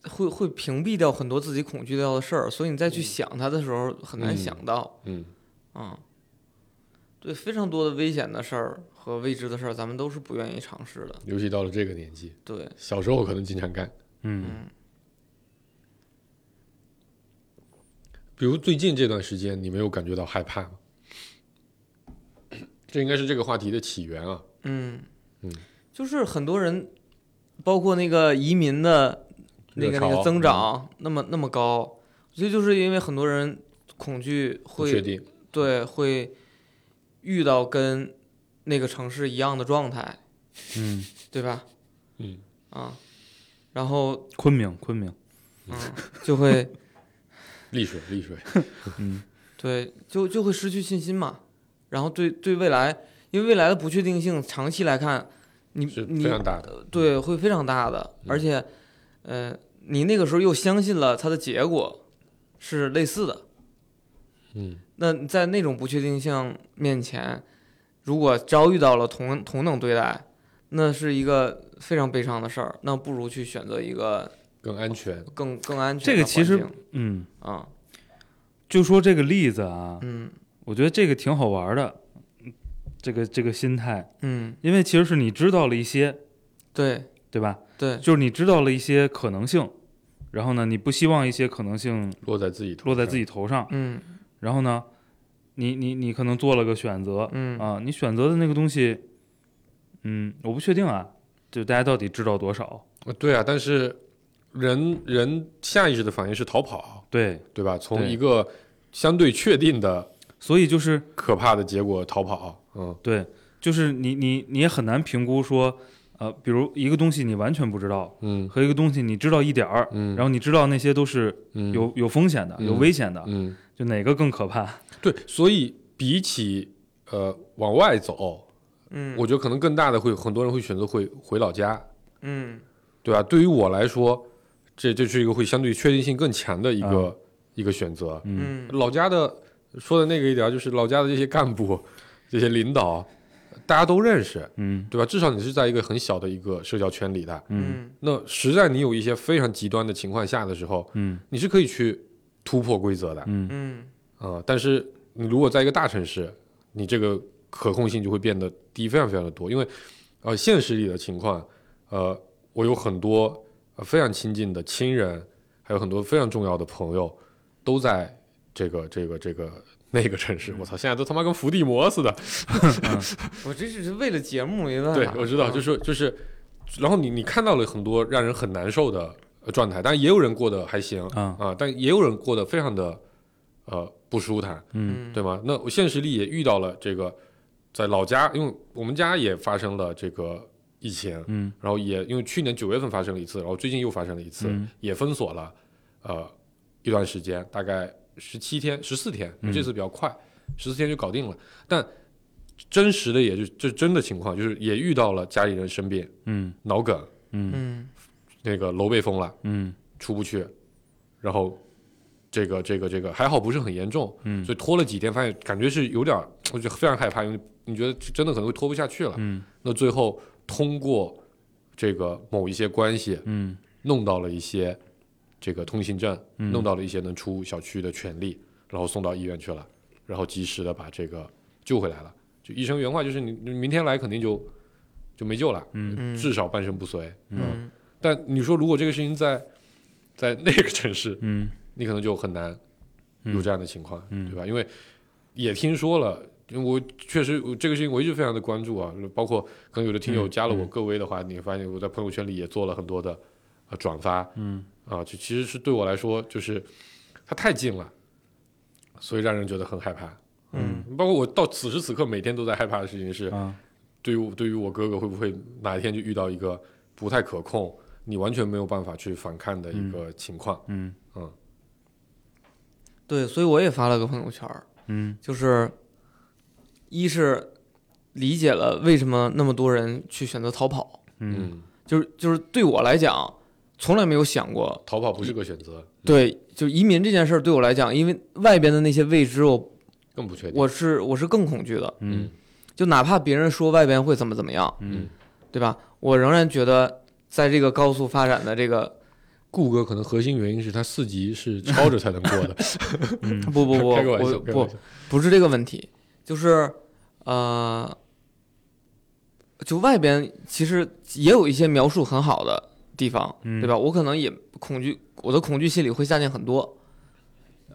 S2: 会会屏蔽掉很多自己恐惧掉的事儿，所以你再去想它的时候很难
S4: 嗯
S2: 想到。
S4: 嗯，
S2: 嗯，对，非常多的危险的事儿和未知的事儿，咱们都是不愿意尝试的。
S4: 尤其到了这个年纪，
S2: 对，
S4: 小时候可能经常干。
S3: 嗯
S2: 嗯
S4: 比如最近这段时间，你没有感觉到害怕吗？ 这应该是这个话题的起源啊。
S2: 嗯
S4: 嗯，
S2: 就是很多人，包括那个移民的那
S4: 热
S2: 个那个
S4: 潮嗯
S2: 增长那么那么高，我觉得就是因为很多人恐惧
S4: 不确
S2: 会
S4: 定，
S2: 对会遇到跟那个城市一样的状态，
S3: 嗯，
S2: 对吧？
S4: 嗯
S2: 啊，然后
S3: 昆明昆明，
S2: 嗯就会
S4: 丽水，丽水，
S2: 对就就会失去信心嘛，然后对对未来，因为未来的不确定性长期来看，你
S4: 是
S2: 你呃
S4: 非常大的。
S2: 对会非常大的，
S3: 嗯
S2: 而且呃你那个时候又相信了它的结果是类似的，
S4: 嗯，
S2: 那你在那种不确定性面前，如果遭遇到了同同等对待，那是一个非常悲伤的事儿。那不如去选择一个
S4: 更安全。
S2: 更更安全
S3: 这
S2: 的
S3: 个
S2: 环
S3: 其
S2: 境。
S3: 实嗯，
S2: 啊，
S3: 就说这个例子啊，
S2: 嗯
S3: 我觉得这个挺好玩的，这个这个心态，
S2: 嗯，
S3: 因为其实是你知道了一些，
S2: 对
S3: 对吧？
S2: 对，
S3: 就是你知道了一些可能性，然后呢，你不希望一些可能性
S4: 落在自己头上，
S3: 落在自己头上，
S2: 嗯
S3: 然后呢，你你你可能做了个选择，
S2: 嗯
S3: 啊，你选择的那个东西，嗯，我不确定啊，就大家到底知道多少？
S4: 呃。对啊，但是人人下意识的反应是逃跑，
S3: 对，
S4: 对吧？从
S3: 对
S4: 一个相对确定的
S3: 所以就是
S4: 可怕的结果逃跑。嗯
S3: 对，就是你你你也很难评估说，呃，比如一个东西你完全不知道，
S4: 嗯
S3: 和一个东西你知道一点儿，
S4: 嗯，
S3: 然后你知道那些都是
S4: 嗯
S3: 有有风险的、
S4: 嗯
S3: 有危险的，
S4: 嗯
S3: 就哪个更可怕？
S4: 对，所以比起呃往外走，
S2: 嗯，
S4: 我觉得可能更大的会很多人会选择会回老家，
S2: 嗯
S4: 对吧？对于我来说，这这是一个会相对确定性更强的一个、一个选择。
S3: 啊嗯
S2: 嗯
S4: 老家的说的那个一点儿就是老家的这些干部、 这些领导，大家都认识，
S3: 嗯
S4: 对吧？至少你是在一个很小的一个社交圈里的。
S3: 嗯
S2: 嗯
S4: 那实在你有一些非常极端的情况下的时候，
S3: 嗯
S4: 你是可以去突破规则的啊、
S3: 嗯
S2: 嗯
S4: 呃但是你如果在一个大城市，你这个可控性就会变得低非常非常的多，因为呃现实里的情况，呃，我有很多呃非常亲近的亲人，还有很多非常重要的朋友，都在这个这个这个那个城市。我操，现在都他妈跟伏地魔似的。
S2: 我这只是为了节目，没办法。嗯
S4: 对，我知道，就是是就是，然后你你看到了很多让人很难受的呃状态，但也有人过得还行
S3: 啊
S4: 啊，但也有人过得非常的呃不舒坦，
S3: 嗯
S4: 对吗？那我现实里也遇到了这个，在老家，因为我们家也发生了这个疫情，
S3: 嗯
S4: 然后也因为去年九月份发生了一次，然后最近又发生了一次，
S3: 嗯
S4: 也封锁了呃一段时间，大概十七天、十四天，
S3: 嗯
S4: 这次比较快，十四天就搞定了。但真实的也就就真的情况，就是也遇到了家里人生病，
S3: 嗯
S4: 脑梗，
S3: 嗯
S2: 嗯
S4: 那个楼被封了，
S3: 嗯
S4: 出不去，然后这个这个这个还好不是很严重，
S3: 嗯
S4: 所以拖了几天，发现感觉是有点儿，我就非常害怕，因为你觉得真的可能会拖不下去了。
S3: 嗯
S4: 那最后通过这个某一些关系，
S3: 嗯
S4: 弄到了一些这个通行证，
S3: 嗯
S4: 弄到了一些能出小区的权利，然后送到医院去了，然后及时的把这个救回来了。就医生原话就是你你明天来肯定就就没救了，
S2: 嗯
S4: 至少半身不遂。
S2: 嗯
S4: 但你说如果这个事情在在那个城市，
S3: 嗯
S4: 你可能就很难有这样的情况，
S3: 嗯
S4: 对吧？因为也听说了。因为我确实，我这个事情我一直非常的关注啊，包括可能有的听
S3: 嗯
S4: 友加了我各位的话，你会发现我在朋友圈里也做了很多的呃转发，
S3: 嗯
S4: 啊，就其实是对我来说，就是它太近了，所以让人觉得很害怕。
S2: 嗯
S4: 包括我到此时此刻每天都在害怕的事情是，
S3: 啊
S4: 对于我对于我哥哥会不会哪一天就遇到一个不太可控，你完全没有办法去反抗的一个情况。
S3: 嗯
S2: 对，所以我也发了个朋友圈儿，
S3: 嗯
S2: 就是一是理解了为什么那么多人去选择逃跑，
S3: 嗯
S2: 就是就是对我来讲，从来没有想过
S4: 逃跑不是个选择，
S2: 对，就移民这件事儿对我来讲，因为外边的那些未知我，我
S4: 更不确定。
S2: 是我是更恐惧的。
S3: 嗯
S2: 就哪怕别人说外边会怎么怎么样，
S3: 嗯
S2: 对吧？我仍然觉得在这个高速发展的这个
S4: 顾哥可能核心原因是他四级 是抄着才能过的，
S2: 不不不，
S4: 开个玩
S2: 我
S4: 笑，开个玩
S2: 不
S4: 笑。
S2: 不是这个问题，就是呃，就外边其实也有一些描述很好的地方，
S3: 嗯
S2: 对吧？我可能也恐惧，我的恐惧心理会下降很多。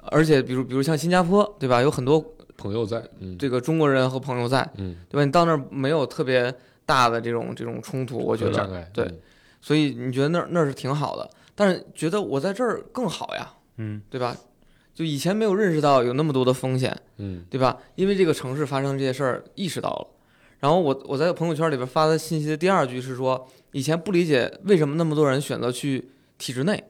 S2: 而且，比如比如像新加坡，对吧？有很多
S4: 朋友在，嗯
S2: 这个中国人和朋友在，
S4: 嗯，
S2: 对吧？你到那儿没有特别大的这种这种冲突，我觉
S4: 障
S2: 得，
S4: 碍
S2: 对所以你觉得那儿那儿是挺好的，但是觉得我在这儿更好呀，
S3: 嗯
S2: 对吧？就以前没有认识到有那么多的风险，
S4: 嗯
S2: 对吧？因为这个城市发生这些事儿，意识到了。然后我我在朋友圈里边发的信息的第二句是说，以前不理解为什么那么多人选择去体制内，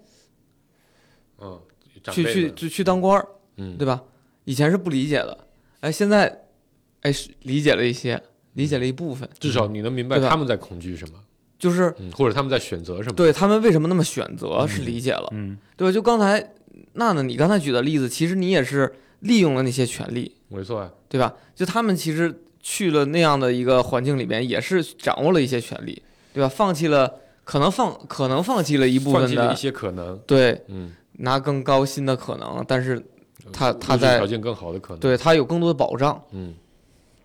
S4: 嗯嗯，长
S2: 去
S4: 辈
S2: 去
S4: 们
S2: 去去当官儿，
S4: 嗯
S2: 对吧？以前是不理解的，哎，现在哎是理解了一些，理解了一部分，
S4: 至少你能明白
S2: 对吧
S4: 他们在恐惧什么，
S2: 就是
S4: 嗯，或者他们在选择什么。
S2: 对他们为什么那么选择是理解了，
S3: 嗯
S2: 对吧？就刚才娜娜你刚才举的例子，其实你也是利用了那些权利，
S4: 没错啊，
S2: 对吧？就他们其实去了那样的一个环境里边，也是掌握了一些权利，对吧？放弃了可能放可能放弃了一部
S4: 放
S2: 分
S4: 弃了一
S2: 的
S4: 些可能，
S2: 对
S4: 嗯，
S2: 拿更高薪的可能，但是他他
S4: 物质
S2: 在
S4: 嗯条件更好的可能，
S2: 对，他有更多的保障，
S4: 嗯，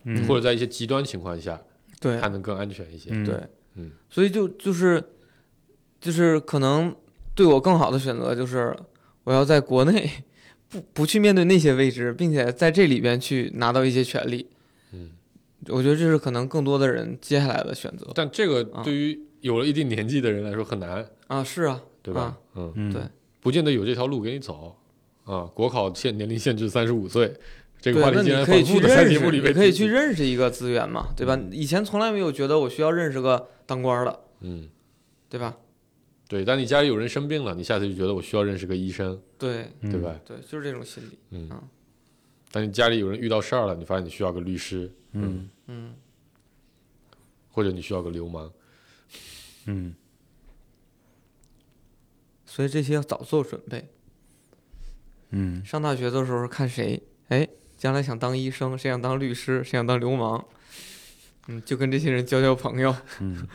S3: 嗯
S4: 或者在一些极端情况下，
S2: 对
S4: 他能更安全一些，
S3: 嗯
S2: 对，
S4: 嗯
S2: 所以就就是就是可能对我更好的选择就是我要在国内不不去面对那些未知，并且在这里边去拿到一些权利，
S4: 嗯。
S2: 我觉得这是可能更多的人接下来的选择
S4: 但这个
S2: 啊
S4: 对于有了一定年纪的人来说很难，
S2: 啊，是啊，
S4: 对吧
S2: 啊？
S4: 嗯，
S3: 嗯
S2: 对
S4: 不见得有这条路给你走啊。国考限年龄限制三十五岁，这个
S2: 对，
S4: 话
S2: 那你
S4: 题竟然
S2: 可以
S4: 反
S2: 去
S4: 复的在
S2: 认
S4: 节目
S2: 识，
S4: 里
S2: 你
S4: 被
S2: 可以
S4: 提
S2: 去
S4: 及，
S2: 认识一个资源嘛，对吧？以前从来没有觉得我需要认识个当官儿的，
S4: 嗯，
S2: 对吧？
S4: 对。当你家里有人生病了，你下次就觉得我需要认识个医生，
S2: 对
S4: 对
S3: 嗯
S4: 吧？
S2: 对，就是这种心理。
S4: 嗯
S2: 嗯，
S4: 当你家里有人遇到事儿了，你发现你需要个律师，
S3: 嗯
S2: 嗯，
S4: 或者你需要个流氓，
S3: 嗯
S2: 所以这些要早做准备。
S3: 嗯
S2: 上大学的时候看谁，哎，将来想当医生，谁想当律师，谁想当流氓，嗯，就跟这些人交交朋友。
S3: 嗯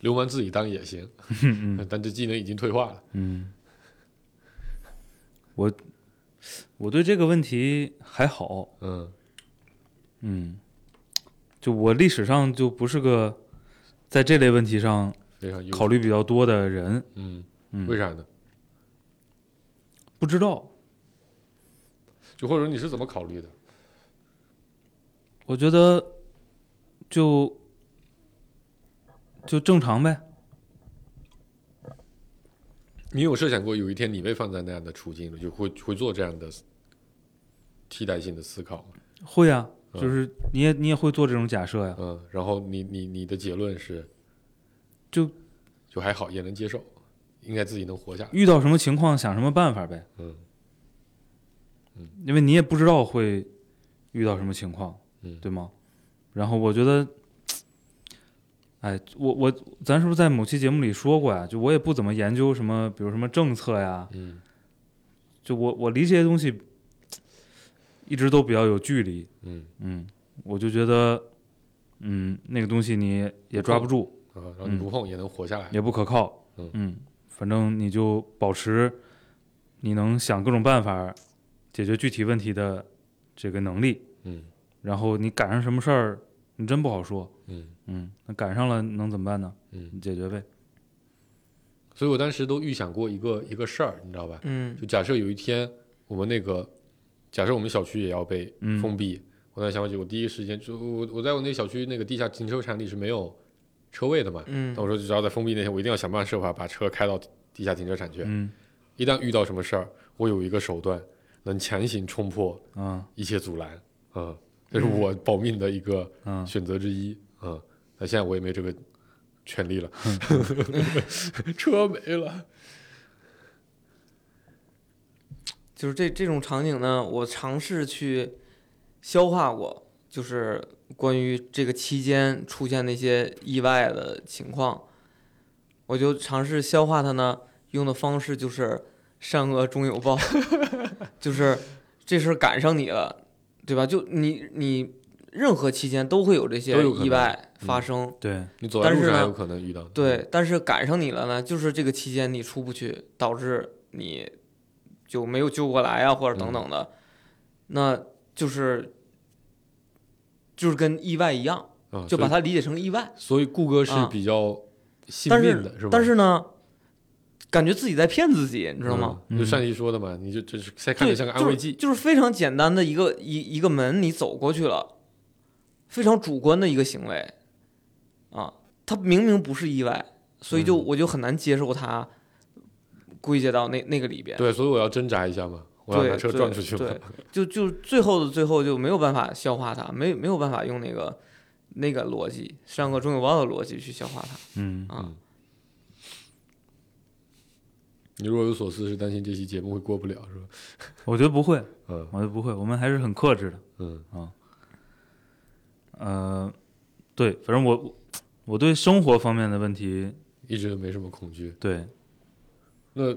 S4: 流氓自己当 也行， 但这技能已经退化了。
S3: 嗯，我我对这个问题还好，
S4: 嗯
S3: 嗯，就我历史上就不是个在这类问题上
S4: 非常优秀
S3: 考虑比较多的人，
S4: 嗯，
S3: 嗯
S4: 为啥呢？
S3: 不知道。
S4: 就或者你是怎么考虑的？
S3: 我觉得就就正常呗。
S4: 你有设想过有一天你被放在那样的处境，就会会做这样的替代性的思考吗？
S3: 会啊，
S4: 嗯
S3: 就是你也你也会做这种假设呀、
S4: 嗯，然后你你你的结论是，
S3: 就
S4: 就还好，也能接受，应该自己能活下来。
S3: 遇到什么情况想什么办法呗，
S4: 嗯
S3: 因为你也不知道会遇到什么情况，
S4: 嗯，
S3: 对吗？然后我觉得，哎，我我咱是不是在某期节目里说过呀？就我也不怎么研究什么，比如什么政策呀，
S4: 嗯
S3: 就我我离这些东西一直都比较有距离，
S4: 嗯
S3: 嗯，我就觉得，嗯，那个东西你也抓不住，
S4: 啊，然后
S3: 嗯
S4: 你不碰也能活下来。
S3: 也不可靠，
S4: 哎嗯
S3: 反正你就保持你能想各种办法解决具体问题的这个能力，
S4: 嗯
S3: 然后你赶上什么事儿，你真不好说，
S4: 嗯
S3: 嗯，那赶上了能怎么办呢？
S4: 嗯，
S3: 你解决呗，
S4: 所以我当时都预想过一个一个事儿，你知道吧？
S2: 嗯
S4: 就假设有一天我们那个，假设我们小区也要被
S3: 嗯
S4: 封闭，我在想，我第一时间就我我在我那小区那个地下停车场里是没有车位的嘛，
S2: 嗯
S4: 那我说只要在封闭那天，我一定要想办法把车开到地下停车场去。
S3: 嗯
S4: 一旦遇到什么事儿，我有一个手段能强行冲破
S3: 啊
S4: 一切阻拦，嗯，这是我保命的一个
S3: 啊，
S4: 选择之一，嗯，那现在我也没这个权利了，
S2: 嗯
S4: 车没了，
S2: 就是这这种场景呢，我尝试去消化过，就是关于这个期间出现的一些意外的情况，我就尝试消化它呢，用的方式就是善恶终有报， 就是这事儿赶上你了，对吧？就你你任何期间都会有这些
S4: 都有可能
S2: 意外发
S4: 嗯
S2: 生，
S3: 对，
S4: 你走在
S2: 但
S4: 路
S2: 是
S4: 上
S2: 呢
S4: 还有可能遇到，
S2: 对，但是赶上你了呢，就是这个期间你出不去，导致你就没有救过来啊，或者
S4: 嗯
S2: 等等的，那就是就是跟意外一样，
S4: 啊，
S2: 就把
S4: 所
S2: 它理解成意外
S4: 以。所以顾哥是
S2: 啊
S4: 比较信
S2: 但
S4: 命的，
S2: 是
S4: 吧？
S2: 但是呢，感觉自己在骗自己，你知道吗？
S4: 嗯就上期说的嘛，你就这是在看着
S2: 对，
S4: 像个安慰剂，
S2: 就是，就是非常简单的一个一一个门，你走过去了，非常主观的一个行为，啊，它明明不是意外，所以就、
S4: 嗯
S2: 我就很难接受它归结到那那个里边，
S4: 对，所以我要挣扎一下嘛，我要
S2: 对，
S4: 拿车
S2: 对
S4: 撞出去嘛
S2: 对，，就就最后的最后就没有办法消化它，没没有办法用那个那个逻辑，上个中有包的逻辑去消化它
S3: 嗯
S2: 啊。
S4: 嗯你若有所思，是担心这期节目会过不了，是吧？
S3: 我觉得不会，
S4: 嗯
S3: 我觉得不会，我们还是很克制的。啊
S4: 嗯
S3: 呃，对，反正我我对生活方面的问题，
S4: 一直没什么恐惧。
S3: 对，
S4: 那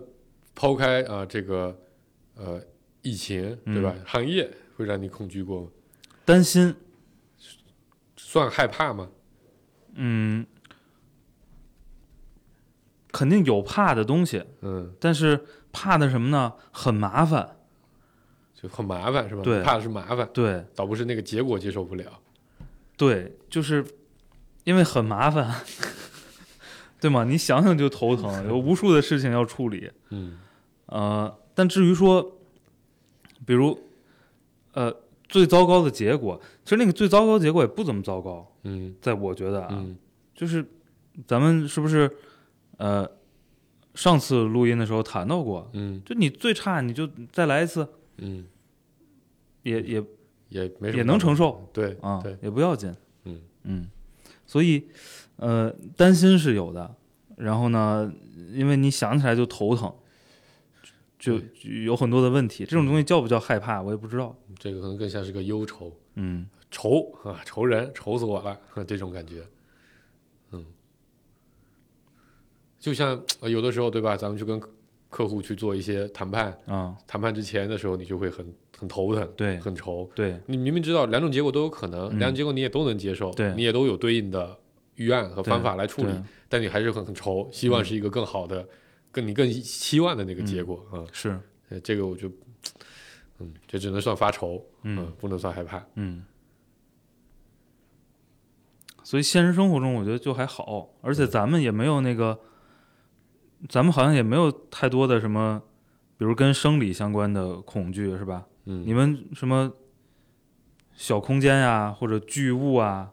S4: 抛开啊、这个呃疫情对
S3: 嗯
S4: 吧？行业会让你恐惧过吗？
S3: 担心，
S4: 算害怕吗？
S3: 嗯，肯定有怕的东西，
S4: 嗯，
S3: 但是怕的什么呢？很麻烦，
S4: 就很麻烦是吧？
S3: 对
S4: 怕的是麻烦，
S3: 对
S4: 倒不是那个结果接受不了。
S3: 对，就是因为很麻烦， 对吗？你想想就头疼，有无数的事情要处理，
S4: 嗯
S3: 呃，但至于说，比如，呃，最糟糕的结果，其实那个最糟糕的结果也不怎么糟糕，
S4: 嗯
S3: 在我觉得啊，
S4: 嗯
S3: 就是咱们是不是呃上次录音的时候谈到过，
S4: 嗯
S3: 就你最差你就再来一次，
S4: 嗯
S3: 也也
S4: 也没什么
S3: 也能承受
S4: 对
S3: 啊
S4: 对，
S3: 也不要紧，
S4: 嗯
S3: 嗯，所以呃，担心是有的，然后呢，因为你想起来就头疼，就就有很多的问题，这种东西叫不叫害怕，我也不知道，
S4: 这个可能更像是个忧愁，
S3: 嗯，
S4: 愁啊，愁人，愁死我了，这种感觉，嗯，就像呃有的时候对吧，咱们去跟客户去做一些谈判，
S3: 啊，
S4: 谈判之前的时候，你就会很很头疼，
S3: 对
S4: 很愁。
S3: 对，
S4: 你明明知道两种结果都有可能，
S3: 嗯
S4: 两种结果你也都能接受，
S3: 对
S4: 你也都有对应的预案和方法来处理
S3: 对，嗯
S4: 但你还是很很愁，希望是一个更好的，更你更期望的那个结果啊、嗯
S3: 是，
S4: 呃这个我就，嗯，这只能算发愁，
S3: 嗯
S4: 不能算害怕。
S3: 嗯。所以现实生活中，我觉得就还好，而且咱们也没有那个，咱们好像也没有太多的什么，比如跟生理相关的恐惧，是吧？
S4: 嗯
S3: 你们什么小空间呀、或者巨物啊、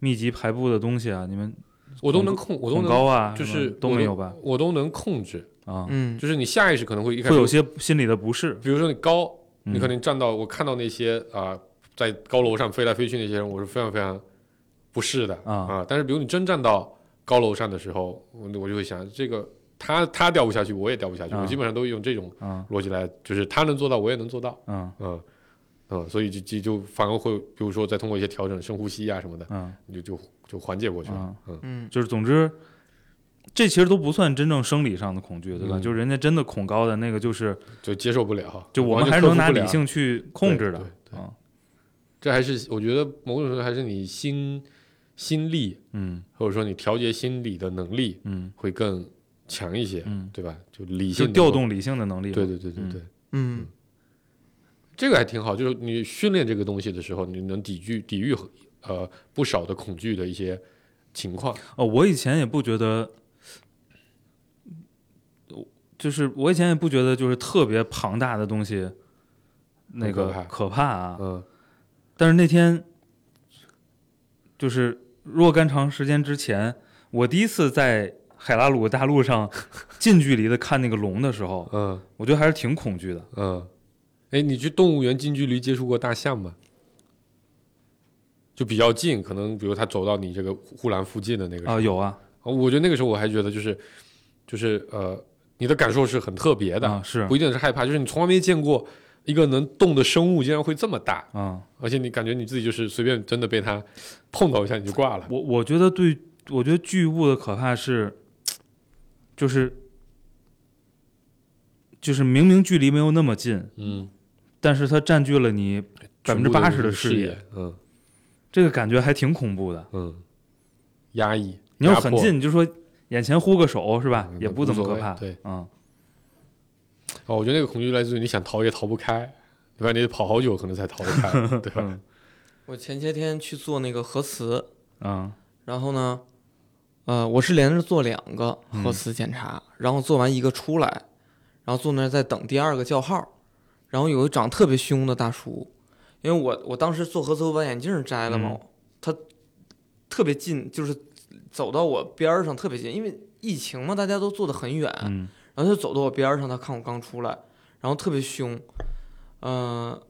S3: 密集排布的东西啊，你们
S4: 我都能控，我都
S3: 恐
S4: 能，
S3: 高啊，
S4: 就
S3: 什么
S4: 是
S3: 都
S4: 我
S3: 没有吧？
S4: 我都能控制。
S3: 啊，
S2: 嗯，
S4: 就是你下意识可能会一开
S3: 会
S4: 始
S3: 有，些心理的不适，
S4: 比如说你高，
S3: 嗯
S4: 你可能站到我看到那些啊、在高楼上飞来飞去那些人，我是非常非常不适的
S3: 啊
S4: 但是比如你真站到高楼上的时候，我我就会想，这个他他掉不下去，我也掉不下去，
S3: 啊
S4: 我基本上都用这种
S3: 啊
S4: 逻辑来，就是他能做到，我也能做到，
S3: 嗯
S4: 嗯嗯，所以就就就反而会，比如说再通过一些调整，深呼吸啊什么的，
S3: 嗯
S4: 你就就就缓解过去了。
S3: 嗯，
S2: 嗯
S3: 就是总之，这其实都不算真正生理上的恐惧，对吧？
S4: 嗯
S3: 就是人家真的恐高的那个，就是
S4: 就接受不了，
S3: 就我
S4: 完
S3: 们还
S4: 全
S3: 是
S4: 克服
S3: 能拿
S4: 不了
S3: 理性去控制的
S4: 对对
S3: 啊，
S4: 这还是我觉得某种程度还是你心心力
S3: 嗯
S4: 或者说你调节心理的能力
S3: 嗯
S4: 会更强一些，
S3: 嗯，
S4: 对吧？就理性
S3: 就
S4: 能
S3: 调
S4: 够，
S3: 动理性的能力嘛，
S4: 对对对对对，
S2: 嗯
S4: 这个还挺好。就是你训练这个东西的时候，你能抵御抵御呃不少的恐惧的一些情况。
S3: 哦，我以前也不觉得，我就是我以前也不觉得就是特别庞大的东西那
S4: 很
S3: 个
S4: 可怕
S3: 可怕啊。
S4: 嗯
S3: 但是那天就是若干长时间之前，我第一次在海拉鲁大陆上近距离的看那个龙的时 候，
S4: 嗯
S3: 我觉得还是挺恐惧的。
S4: 嗯，哎，你去动物园近距离接触过大象吗？就比较近，可能比如它走到你这个护栏附近的那个时候
S3: 啊、有啊，
S4: 我觉得那个时候我还觉得就是，就是呃，你的感受是很特别的，
S3: 啊是
S4: 不一定是害怕，就是你从来没见过一个能动的生物竟然会这么大，
S3: 啊，
S4: 而且你感觉你自己就是随便真的被它碰到一下你就挂了，
S3: 我我觉得对，我觉得巨物的可怕是，就是就是明明距离没有那么近，
S4: 嗯，哎
S3: 但是它占据了你百分之八十
S4: 的
S3: 的视
S4: 野
S3: 野，，
S4: 嗯
S3: 这个感觉还挺恐怖的。
S4: 嗯，压抑，
S3: 你要
S4: 压
S3: 是很
S4: 迫
S3: 近，你就说眼前呼个手是吧
S4: 嗯，
S3: 也不怎么
S4: 无所
S3: 可
S4: 谓
S3: 怕。
S4: 对，
S3: 嗯，
S4: 哦，我觉得那个恐惧来自于你想逃也逃不开，对吧？你得跑好久可能才逃得开，对吧？
S2: 我前些天去做那个核磁，
S3: 嗯
S2: 然后呢，呃，我是连着做两个
S3: 嗯
S2: 核磁检查，然后做完一个出来，然后坐那儿在等第二个叫号，然后有个长特别凶的大叔，因为我我当时做核磁我把眼镜摘了嘛，
S3: 嗯
S2: 他特别近，就是走到我边儿上特别近，因为疫情嘛，大家都坐得很远，
S3: 嗯
S2: 然后他就走到我边儿上，他看我刚出来，然后特别凶，嗯、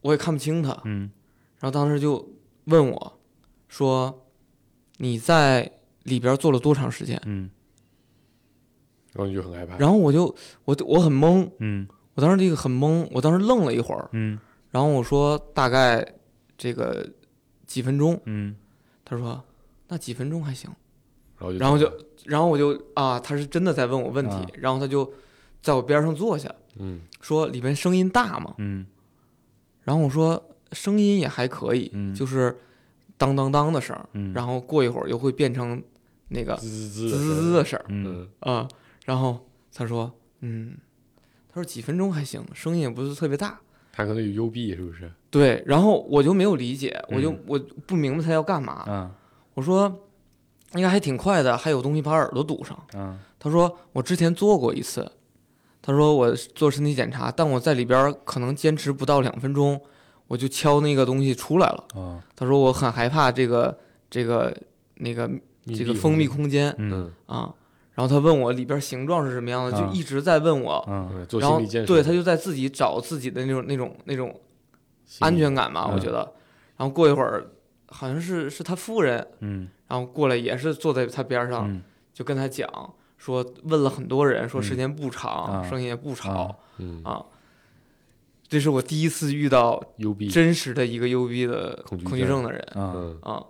S2: 我也看不清他，
S3: 嗯
S2: 然后当时就问我，说你在里边坐了多长时间？
S3: 嗯
S4: 然后你就很害怕，
S2: 然后我就我我很懵，
S3: 嗯
S2: 我当时这个很懵，我当时愣了一会儿，
S3: 嗯
S2: 然后我说大概这个几分钟，
S3: 嗯
S2: 他说那几分钟还行，
S4: 然后就
S2: 然后就然后我就啊，他是真的在问我问题，
S3: 啊
S2: 然后他就在我边上坐下，
S4: 嗯
S2: 说里边声音大吗？
S3: 嗯
S2: 然后我说声音也还可以，
S3: 嗯
S2: 就是当当当的声儿，
S3: 嗯，
S2: 然后过一会儿又会变成那个
S4: 滋滋
S2: 滋
S4: 滋的
S2: 滋滋
S4: 声音
S2: 的声儿
S3: 嗯
S4: 嗯
S2: 啊、然后他说，嗯，他说几分钟还行，声音也不是特别大。
S4: 他可能有幽闭，是不是？
S2: 对，然后我就没有理解，我就、
S3: 嗯
S2: 我不明白他要干嘛。
S3: 啊
S2: 我说应该还挺快的，还有东西把耳朵堵上。
S3: 啊
S2: 他说我之前做过一次，他说我做身体检查，但我在里边儿可能坚持不到两分钟，我就敲那个东西出来了。
S3: 啊
S2: 他说我很害怕这个这个那个
S4: 密
S2: 这
S4: 闭
S2: 个
S4: 空
S2: 封闭
S4: 间
S2: 空间
S3: 嗯
S4: 嗯
S2: 啊。然后他问我里边形状是什么样的，
S3: 啊
S2: 就一直在问我。
S3: 啊
S4: 嗯，做
S2: 然
S4: 心
S2: 后
S4: 理建设，
S2: 对他就在自己找自己的那种那种那种安全感吧，
S3: 嗯
S2: 我觉得。然后过一会儿，好像是是他夫人，
S3: 嗯
S2: 然后过来也是坐在他边上，
S3: 嗯
S2: 就跟他讲说，问了很多人，说时间不
S3: 啊
S2: 长，声音也不吵
S4: 嗯
S2: 啊。这是我第一次遇到
S4: 幽闭，
S2: 真实的一个幽闭的
S4: 嗯恐惧
S2: 恐惧
S4: 症
S2: 症的人
S3: 啊，
S4: 嗯，
S2: 啊，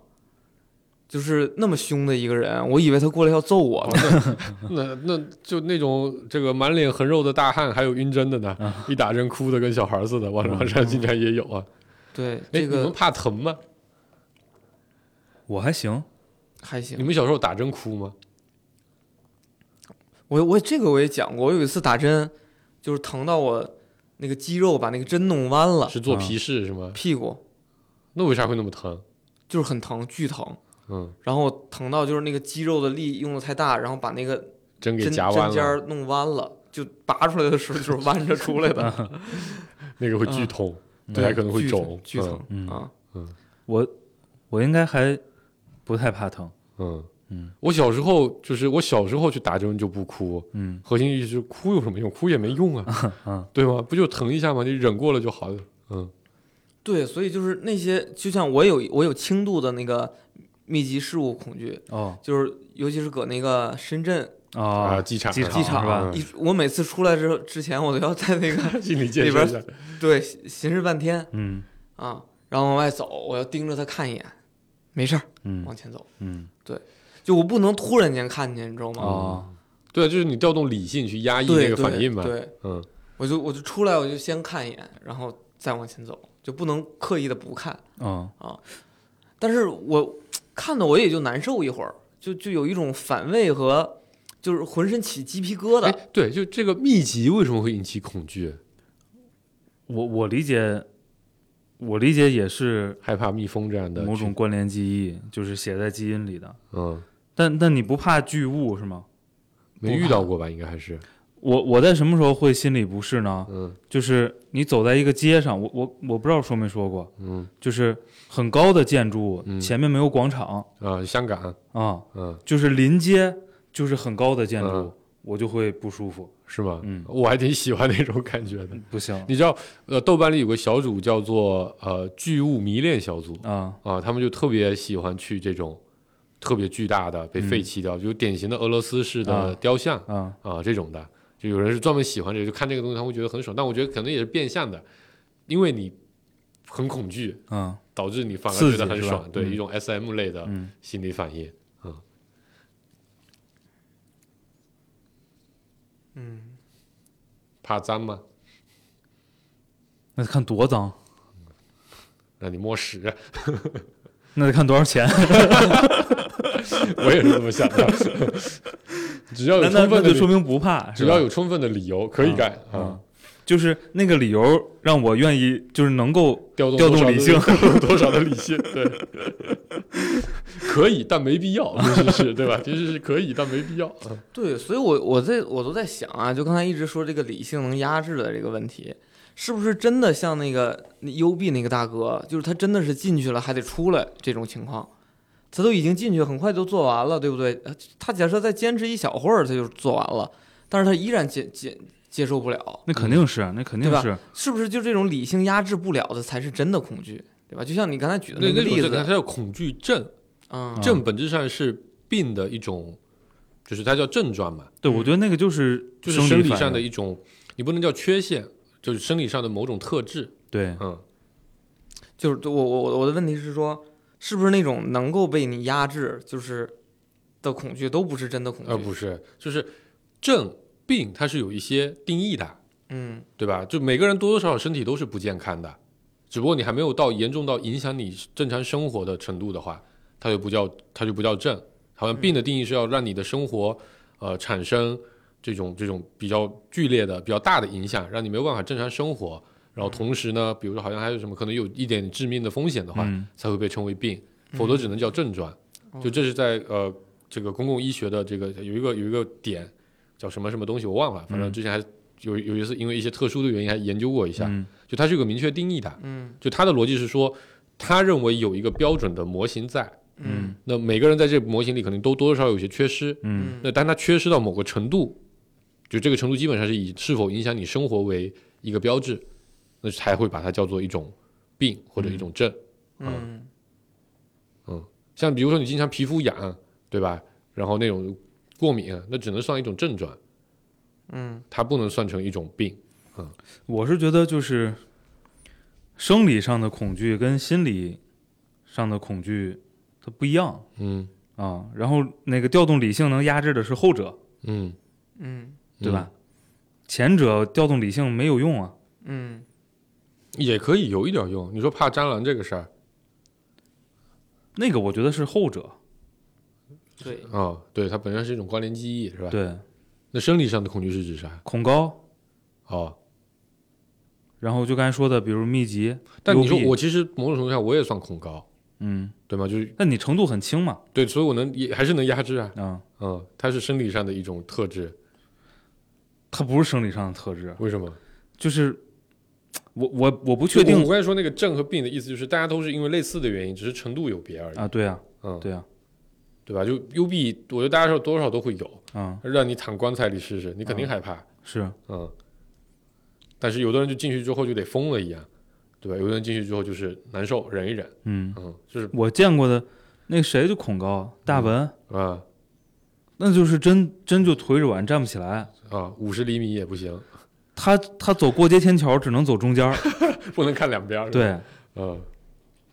S2: 就是那么凶的一个人，我以为他过来要揍我
S4: 哦
S2: 呢。
S4: 那那就那种这个满脸横肉的大汉，还有晕针的呢，一打针哭的跟小孩似的，网网上经常也有啊。
S2: 对，
S4: 哎，
S2: 嗯这
S4: 你们
S2: 个
S4: 怕疼吗？
S3: 我还行，
S2: 还行
S4: 你。们小时候打针哭吗？
S2: 我我这个我也讲过，我有一次打针，就是疼到我那个肌肉把那个针弄弯了，
S4: 是做皮试是吗？
S2: 屁股
S4: 那为啥会那么疼？
S2: 就是很疼，巨疼。
S4: 嗯，
S2: 然后疼到就是那个肌肉的力用的太大，然后把那个
S4: 针给
S2: 针
S4: 夹
S2: 针
S4: 弯
S2: 尖
S4: 了，
S2: 儿弄弯了，就拔出来的时候就是弯着出来的，
S4: 那个会巨
S2: 嗯
S4: 痛， 对，
S2: 对，
S4: 还可能会
S2: 巨
S4: 肿，
S2: 巨
S4: 嗯
S2: 疼
S3: 嗯
S2: 啊！
S3: 我我应该还不太怕疼，
S4: 嗯
S3: 嗯，
S4: 我小时候就是我小时候去打针就不哭，
S3: 嗯
S4: 核心意识是哭有什么用？哭也没用啊，
S3: 嗯
S4: 对吗？不就疼一下吗？你忍过了就好了。嗯
S2: 对，所以就是那些，就像我有我有轻度的那个密集事故恐惧，
S3: 哦
S2: 就是尤其是搁那个深圳
S4: 啊，
S3: 哦
S4: 机场
S3: 机
S2: 机
S3: 是
S2: 场
S4: 嗯
S3: 吧？
S2: 一我每次出来之后之前，我都要在那个
S4: 心理建设一下，
S2: 对巡视半天
S3: 嗯
S2: 啊，然后往外走，我要盯着他看一眼，没事儿，
S3: 嗯
S2: 往前走，
S3: 嗯
S2: 就我不能突然间看见，你知道吗？嗯
S3: 哦
S4: 对，啊就是你调动理性去压抑那
S2: 对
S4: 个反
S2: 对
S4: 应嘛。
S2: 对，
S4: 嗯，
S2: 我就我就出来，我就先看一眼，然后再往前走，就不能刻意的不看。
S3: 哦
S2: 但是我看的我也就难受一会儿，就就有一种反胃和就是浑身起鸡皮疙瘩。
S4: 哎，对，就这个密集为什么会引起恐惧？
S3: 我我理解，我理解也是
S4: 害怕蜜蜂这样的
S3: 某种关联记忆，就是写在基因里的。
S4: 嗯，
S3: 但但你不怕巨物是吗？
S4: 没遇到过吧？应该还是
S3: 我我在什么时候会心里不适呢？
S4: 嗯
S3: 就是你走在一个街上，我我我不知道说没说过，
S4: 嗯
S3: 就是很高的建筑物，
S4: 嗯
S3: 前面没有广场
S4: 啊，香港
S3: 啊，
S4: 嗯
S3: 就是临街就是很高的建筑，
S4: 嗯
S3: 物，我就会不舒服，
S4: 是吗？
S3: 嗯
S4: 我还挺喜欢那种感觉的。
S3: 不行
S4: 你知道，呃，豆瓣里有个小组叫做呃巨物迷恋小组
S3: 啊，
S4: 啊、他们就特别喜欢去这种特别巨大的被废弃掉，就典型的俄罗斯式的
S3: 嗯啊
S4: 雕像啊、
S3: 啊
S4: 这种的，就有人是专门喜欢这个，就看这个东西他会觉得很爽，但我觉得可能也是变相的，因为你很恐惧，
S3: 啊，
S4: 导致你反而
S3: 刺
S4: 觉得
S3: 激
S4: 很
S3: 是吧
S4: 爽，对、
S3: 嗯
S4: 一种 S M 类的
S3: 嗯
S4: 心理反应。
S2: 嗯，
S4: 怕脏吗？
S3: 那得看多脏，
S4: 那你摸屎，
S3: 那得看多少钱，
S4: 我也是这么想的。 只要有
S3: 那那
S4: 充
S3: 那
S4: 分的
S3: 就说
S4: 理，
S3: 明不怕，
S4: 只
S3: 是吧
S4: 要有充分的理由，可以干啊。
S3: 啊，就是那个理由让我愿意，就是能够
S4: 调动
S3: 调
S4: 多
S3: 动
S4: 少
S3: 理
S4: 的
S3: 性
S4: 调动 多少的理性，对，可以，但没 必要，其实是对吧？其实是可以，但没必要。嗯
S2: 对，所以我我在我都在想啊，就刚才一直说这个理性能压制的这个问题，是不是真的像那个那幽闭那个大哥，就是他真的是进去了还得出来这种情况？他都已经进去，很快就做完了，对不对？呃他假设再坚持一小会儿，他就做完了，但是他依然接接接受不了，
S3: 那肯定是，那肯定
S2: 对吧
S3: 是，
S2: 是不是就这种理性压制不了的才是真的恐惧，对吧？就像你刚才举的
S4: 那
S2: 个
S4: 那种
S2: 例
S4: 症它
S2: 子，
S4: 叫恐惧症，
S2: 嗯，
S3: 啊
S4: 症本质上是病的一种，就是它叫症状嘛，
S3: 对我觉得那个就是
S4: 就是生理
S3: 反
S4: 上的
S3: 应
S4: 一种，你不能叫缺陷，就是生理上的某种特质。
S3: 对，
S4: 嗯，
S2: 就是我我我我的问题是说，是不是那种能够被你压制，就是的恐惧都不是真的恐惧？
S4: 嗯而呃不是就是症病，它是有一些定义的。
S2: 嗯
S4: 对吧？就每个人多多少少身体都是不健康的，只不过你还没有到严重到影响你正常生活的程度的话，它就不叫它就不叫症。好像病的定义是要让你的生活，呃，产生这种这种比较剧烈的、比较大的影响，让你没有办法正常生活。然后同时呢，比如说好像还有什么可能有一点致命的风险的话，
S3: 嗯
S4: 才会被称为病，否则只能叫症状。
S3: 哦
S4: 就这是在呃这个公共医学的这个有一个有一个点叫什么什么东西我忘了，反正之前还有有一次因为一些特殊的原因还研究过一下，
S3: 嗯嗯
S4: 就它是有个明确定义的，
S2: 嗯
S4: 就它的逻辑是说，他认为有一个标准的模型在，
S2: 嗯
S4: 那每个人在这个模型里可能都多多少少有些缺失，
S3: 嗯
S4: 那当它缺失到某个程度，就这个程度基本上是以是否影响你生活为一个标志，那才会把它叫做一种病或者一种症。
S2: 嗯
S4: 像比如说你经常皮肤痒，对吧？然后那种过敏，那只能算一种症状，
S2: 嗯
S4: 它不能算成一种病。啊
S3: 我是觉得就是生理上的恐惧跟心理上的恐惧它不一样
S4: 嗯
S3: 啊。然后那个调动理性能压制的是后者，
S4: 嗯，
S2: 嗯
S3: 对吧？前者调动理性没有用啊。
S2: 嗯，
S4: 嗯？也可以有一点用。你说怕蟑螂这个事儿
S3: 那个我觉得是后者，
S2: 对，
S4: 啊、对，它本身是一种关联记忆，是吧？。
S3: 对，
S4: 那生理上的恐惧是指啥？
S3: 恐高，
S4: 哦，
S3: 然后就刚才说的，比如密集，
S4: 但你
S3: 幽
S4: 说
S3: 闭
S4: 我，其实某种程度上我也算恐高，
S3: 嗯，
S4: 对吗？就是
S3: 但你程度很轻嘛，
S4: 对，所以我能也还是能压制啊。
S3: 啊，
S4: 嗯，它是生理上的一种特质，
S3: 它不是生理上的特质，
S4: 为什么？
S3: 就是我我我不确定
S4: 我刚才说那个症和病的意思就是大家都是因为类似的原因，只是程度有别而已。
S3: 啊，对啊，
S4: 嗯，
S3: 对啊，
S4: 对吧？就幽闭，我觉得大家说多少都会有，
S3: 啊，
S4: 让你躺棺材里试试，你肯定害怕。
S3: 是，
S4: 嗯，但是有的人就进去之后就得疯了一样，对吧？有的人进去之后就是难受，忍一忍，
S3: 嗯，
S4: 嗯，就是
S3: 我见过的那个谁就恐高，大文，
S4: 啊
S3: 那就是真真就腿软站不起来，
S4: 啊，五十厘米也不行，
S3: 他他走过街天桥只能走中间儿，
S4: 不能看两边儿。是吧，
S3: 对，
S4: 嗯，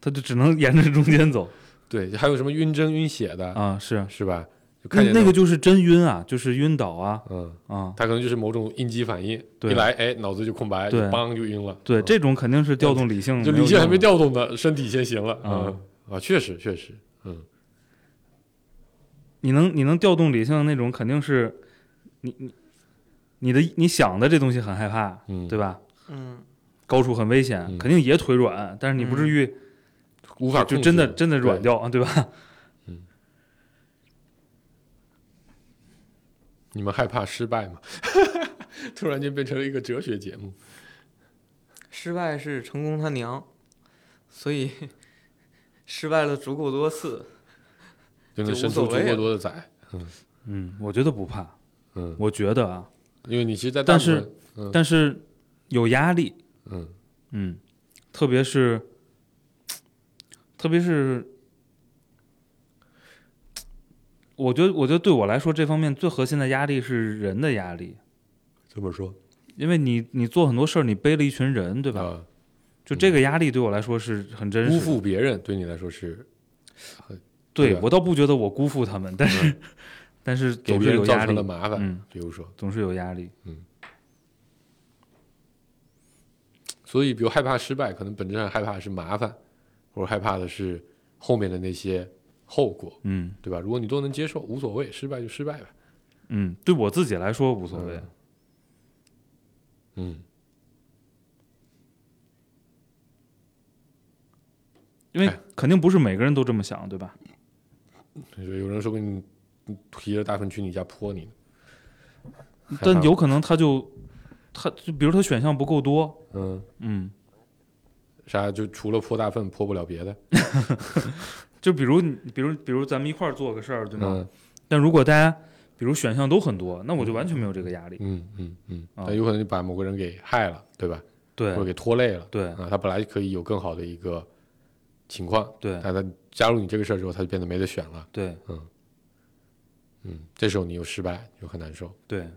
S3: 他就只能沿着中间走
S4: 对，还有什么晕针晕血的，
S3: 啊，是，
S4: 是吧？就
S3: 那
S4: 看见
S3: 那
S4: 种
S3: 个，就是真晕啊，就是晕倒啊
S4: 嗯，
S3: 啊，
S4: 他可能就是某种应激反应，
S3: 对
S4: 一来哎脑子就空白，就
S3: 对
S4: 梆就晕了。
S3: 对，
S4: 嗯
S3: 这种肯定是调动理性，
S4: 就理性还没，调动呢，身体先行了。
S3: 啊
S4: 嗯啊，确实确实，嗯
S3: 你能你能调动理性的那种肯定是你你你的你想的这东西很害怕，
S4: 嗯，
S3: 对吧？
S2: 嗯
S3: 高处很危险，
S4: 嗯
S3: 肯定也腿软，但是你不至于
S4: 无法
S3: 就
S4: 控
S3: 真的
S4: 制
S3: 真的软
S4: 对
S3: 掉啊，对吧？
S4: 你们害怕失败吗？ 突然间变成了一个哲学节目。
S2: 失败是成功他娘，所以 失败了足够多次，
S4: 就能
S2: 就无
S4: 生
S2: 所
S4: 出足
S2: 谓
S4: 够
S2: 了
S4: 多的崽。
S3: 嗯，我觉得不怕，
S4: 嗯，
S3: 我觉得啊，
S4: 因为你其实在大
S3: 但
S4: 部分，嗯
S3: 但是有压力，
S4: 嗯
S3: 嗯，特别是，特别是，我觉得，我觉得对我来说，这方面最核心的压力是人的压力，
S4: 这么说
S3: 因为你你做很多事儿，你背了一群人，对吧？
S4: 啊，
S3: 就这个压力对我来说是很真实
S4: 辜
S3: 的。
S4: 负别人对你来说是
S3: 对
S4: 对吧
S3: 我倒不觉得我辜负他们，但是、 但是
S4: 给
S3: 总
S4: 别
S3: 是
S4: 人
S3: 有
S4: 造
S3: 压
S4: 成了
S3: 力，
S4: 麻烦。
S3: 嗯，
S4: 比如说，
S3: 总是有压力。
S4: 所以比如害怕失败，可能本质上害怕的是麻烦，或者害怕的是后面的那些后果，
S3: 嗯
S4: 对吧？如果你都能接受，无所谓，失败就失败吧。
S3: 嗯，对我自己来说无所谓。
S4: 嗯嗯，
S3: 因为
S4: 哎
S3: 肯定不是每个人都这么想，对吧？
S4: 有人说不定提着大粪去你家泼你呢，害怕
S3: 但有可能他就他就比如他选项不够多，
S4: 嗯，
S3: 嗯，
S4: 啥就除了泼大粪泼不了别的，
S3: 就比如你比如比如咱们一块儿做个事儿，对吗？
S4: 嗯
S3: 但如果大家比如选项都很多，那我就完全没有这个压力。
S4: 嗯嗯嗯，
S3: 啊
S4: 但有可能你把某个人给害了，对吧？
S3: 对
S4: 或者给拖累了，
S3: 对
S4: 啊，他本来可以有更好的一个情况，
S3: 对
S4: 但他加入你这个事儿之后，他就变得没得选了，
S3: 对
S4: 嗯，这时候你又失败，又很难受。
S3: 对，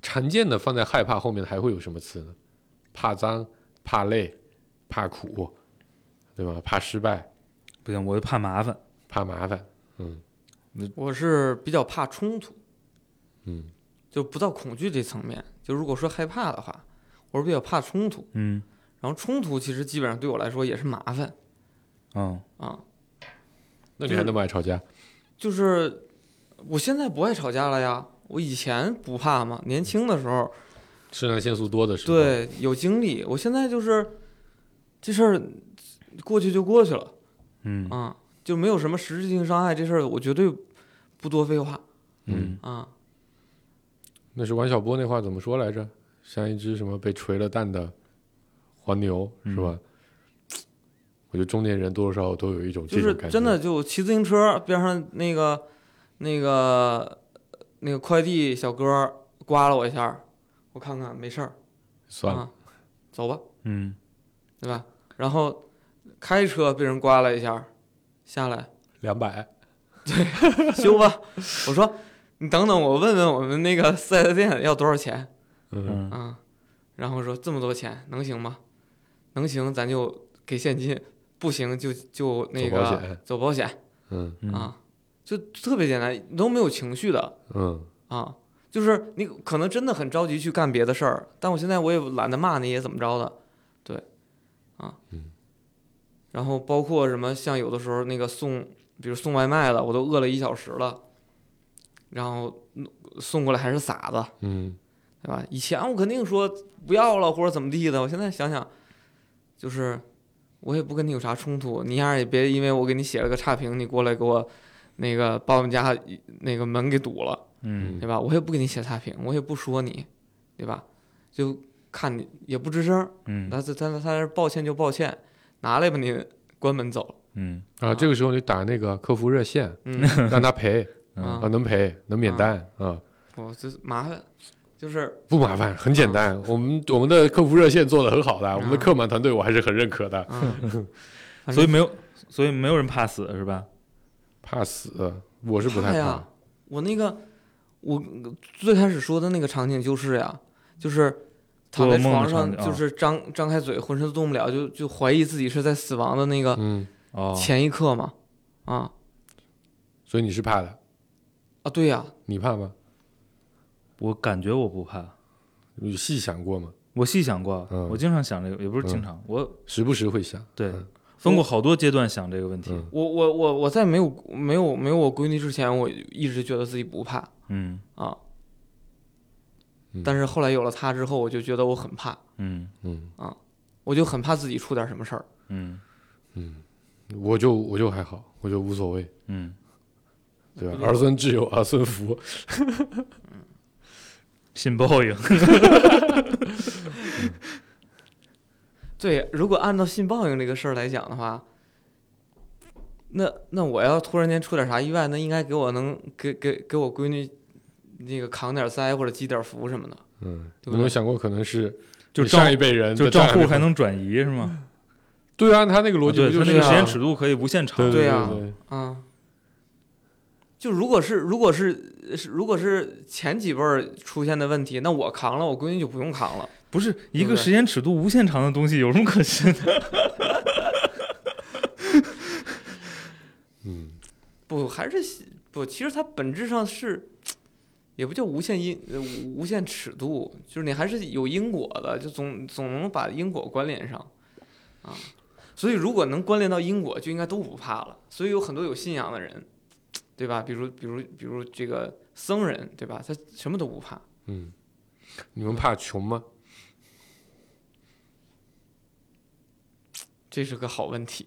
S4: 常见的放在害怕后面的还会有什么词呢？怕脏、怕累、怕苦，对吧？怕失败、
S3: 不行，我就怕麻烦。
S4: 怕麻烦，
S2: 我是比较怕冲突，
S4: 嗯
S2: 就不到恐惧这层面。就如果说害怕的话，我是比较怕冲突，
S3: 嗯
S2: 然后冲突其实基本上对我来说也是麻烦
S3: 嗯
S2: 啊，
S4: 那你还那么爱吵架？
S2: 就是我现在不爱吵架了呀，我以前不怕嘛，年轻的时候
S4: 肾上腺素多嗯的时候，，
S2: 对有经历，我现在就是这事儿过去就过去了。
S3: 嗯
S2: 啊，就没有什么实质性伤害这事儿，我绝对不多废话
S3: 嗯，
S2: 啊。
S4: 那是王小波那话怎么说来着？像一只什么被锤了蛋的黄牛，是
S2: 嗯
S4: 吧？我觉得中年人多多少少都有一种
S2: 就
S4: 这种
S2: 是
S4: 感觉，
S2: 真的，就骑自行车边上那个那个那个快递小哥刮了我一下儿，我看看没事儿
S4: 算了。
S2: 啊，走吧，
S3: 嗯，
S2: 对吧？然后开车被人刮了一下，下来
S4: 两百，
S2: 修吧。我说你等等，我问问我们那个四 S 店要多少钱
S4: 嗯，
S3: 嗯，
S2: 啊？然后说这么多钱能行吗？能行咱就给现金，不行就就那
S4: 走保
S2: 个
S4: 险
S2: 走保险
S4: 嗯
S3: 嗯，
S2: 啊，就特别简单，都没有情绪的。
S4: 嗯，
S2: 啊，就是你可能真的很着急去干别的事儿，但我现在我也懒得骂你，也怎么着的，对，啊，
S4: 嗯
S2: 然后包括什么，像有的时候那个送，比如送外卖的，我都饿了一小时了，然后嗯送过来还是傻子，
S4: 嗯，
S2: 对吧？以前我肯定说不要了或者怎么地的，我现在想想，就是我也不跟你有啥冲突，你丫也别因为我给你写了个差评，你过来给我那个把我们家那个门给堵了。
S3: 嗯，
S2: 对吧？我也不给你写差评，我也不说你，对吧？就看你也不吱声儿，
S3: 嗯，
S2: 他他他他是抱歉就抱歉，拿来吧你，关门走了。
S3: 嗯，
S4: 啊，这个时候你打那个客服热线，
S2: 嗯
S4: 让他赔
S3: 嗯
S4: 啊，能赔，能免单啊，
S2: 我这麻烦， 就是
S4: 不麻烦，很简
S2: 啊
S4: 单。我们我们的客服热线做的很好的，我们的
S2: 嗯
S4: 客满团队我还是很认可的。
S2: 啊，
S3: 所以没有，所以没有人怕死是吧？
S4: 怕死，我是不
S2: 怕
S4: 太
S2: 哎
S4: 怕
S2: 呀。我那个我最开始说的那个场景就是呀，就是躺在
S3: 做梦
S2: 床上，
S3: 的场景啊
S2: 就是张张开嘴，浑身动不了，就就怀疑自己是在死亡的那个
S4: 嗯，
S3: 哦，
S2: 前一刻嘛，啊
S4: 所以你是怕的，
S2: 啊，对呀、
S4: 你怕吗？
S3: 我感觉我不怕，
S4: 你细想过吗？
S3: 我细想过，
S4: 嗯
S3: 我经常想这个，也不是经常，我
S4: 时不时会想。
S3: 对
S4: 嗯
S3: 分过好多阶段想这个问题，
S4: 嗯
S2: 我我我我在没有没有没有我闺女之前，我一直觉得自己不怕
S3: 嗯
S2: 啊
S4: 嗯。
S2: 但是后来有了她之后，我就觉得我很怕，
S3: 嗯
S4: 嗯
S2: 我就很怕自己出点什么事儿。
S3: 嗯
S4: 嗯，我就我就还好，我就无所谓，
S3: 嗯，
S4: 对吧
S2: 我？就
S4: 儿孙自有儿孙福，
S3: 信报应，
S2: 对，如果按照信报应这个事儿来讲的话，那那我要突然间出点啥意外，那应该给我能给给给我闺女那个扛点灾或者积点福什么的。
S4: 嗯，
S2: 对不对
S4: 有没有想过可能是
S3: 就
S4: 你
S3: 账
S4: 上一辈人
S3: 就
S4: 的
S3: 账
S4: 账
S3: 户
S4: 没
S3: 还能转移是吗？
S4: 对啊？他那个逻
S3: 哦
S4: 辑
S3: 对，
S4: 不就
S3: 它
S4: 是
S3: 那个
S2: 这
S3: 时
S2: 样
S3: 间尺度可以无限长，
S4: 对
S2: 对啊
S4: 对，
S2: 啊，就如果是如果是是如果是前几辈儿出现的问题，那我扛了，我闺女就不用扛了。
S3: 不是一
S2: 对
S3: 个
S2: 不对
S3: 时间尺度无限长的东西有什么可信的？
S4: 嗯，
S2: 不，还是喜不，其实它本质上是，也不叫无限因呃无无限尺度，就是你还是有因果的，就总总能把因果关联上啊。所以如果能关联到因果，就应该都不怕了。所以有很多有信仰的人，对吧？比如比如比如这个僧人，对吧？他什么都不怕。
S4: 嗯，你们怕穷吗？
S2: 这是个好问题，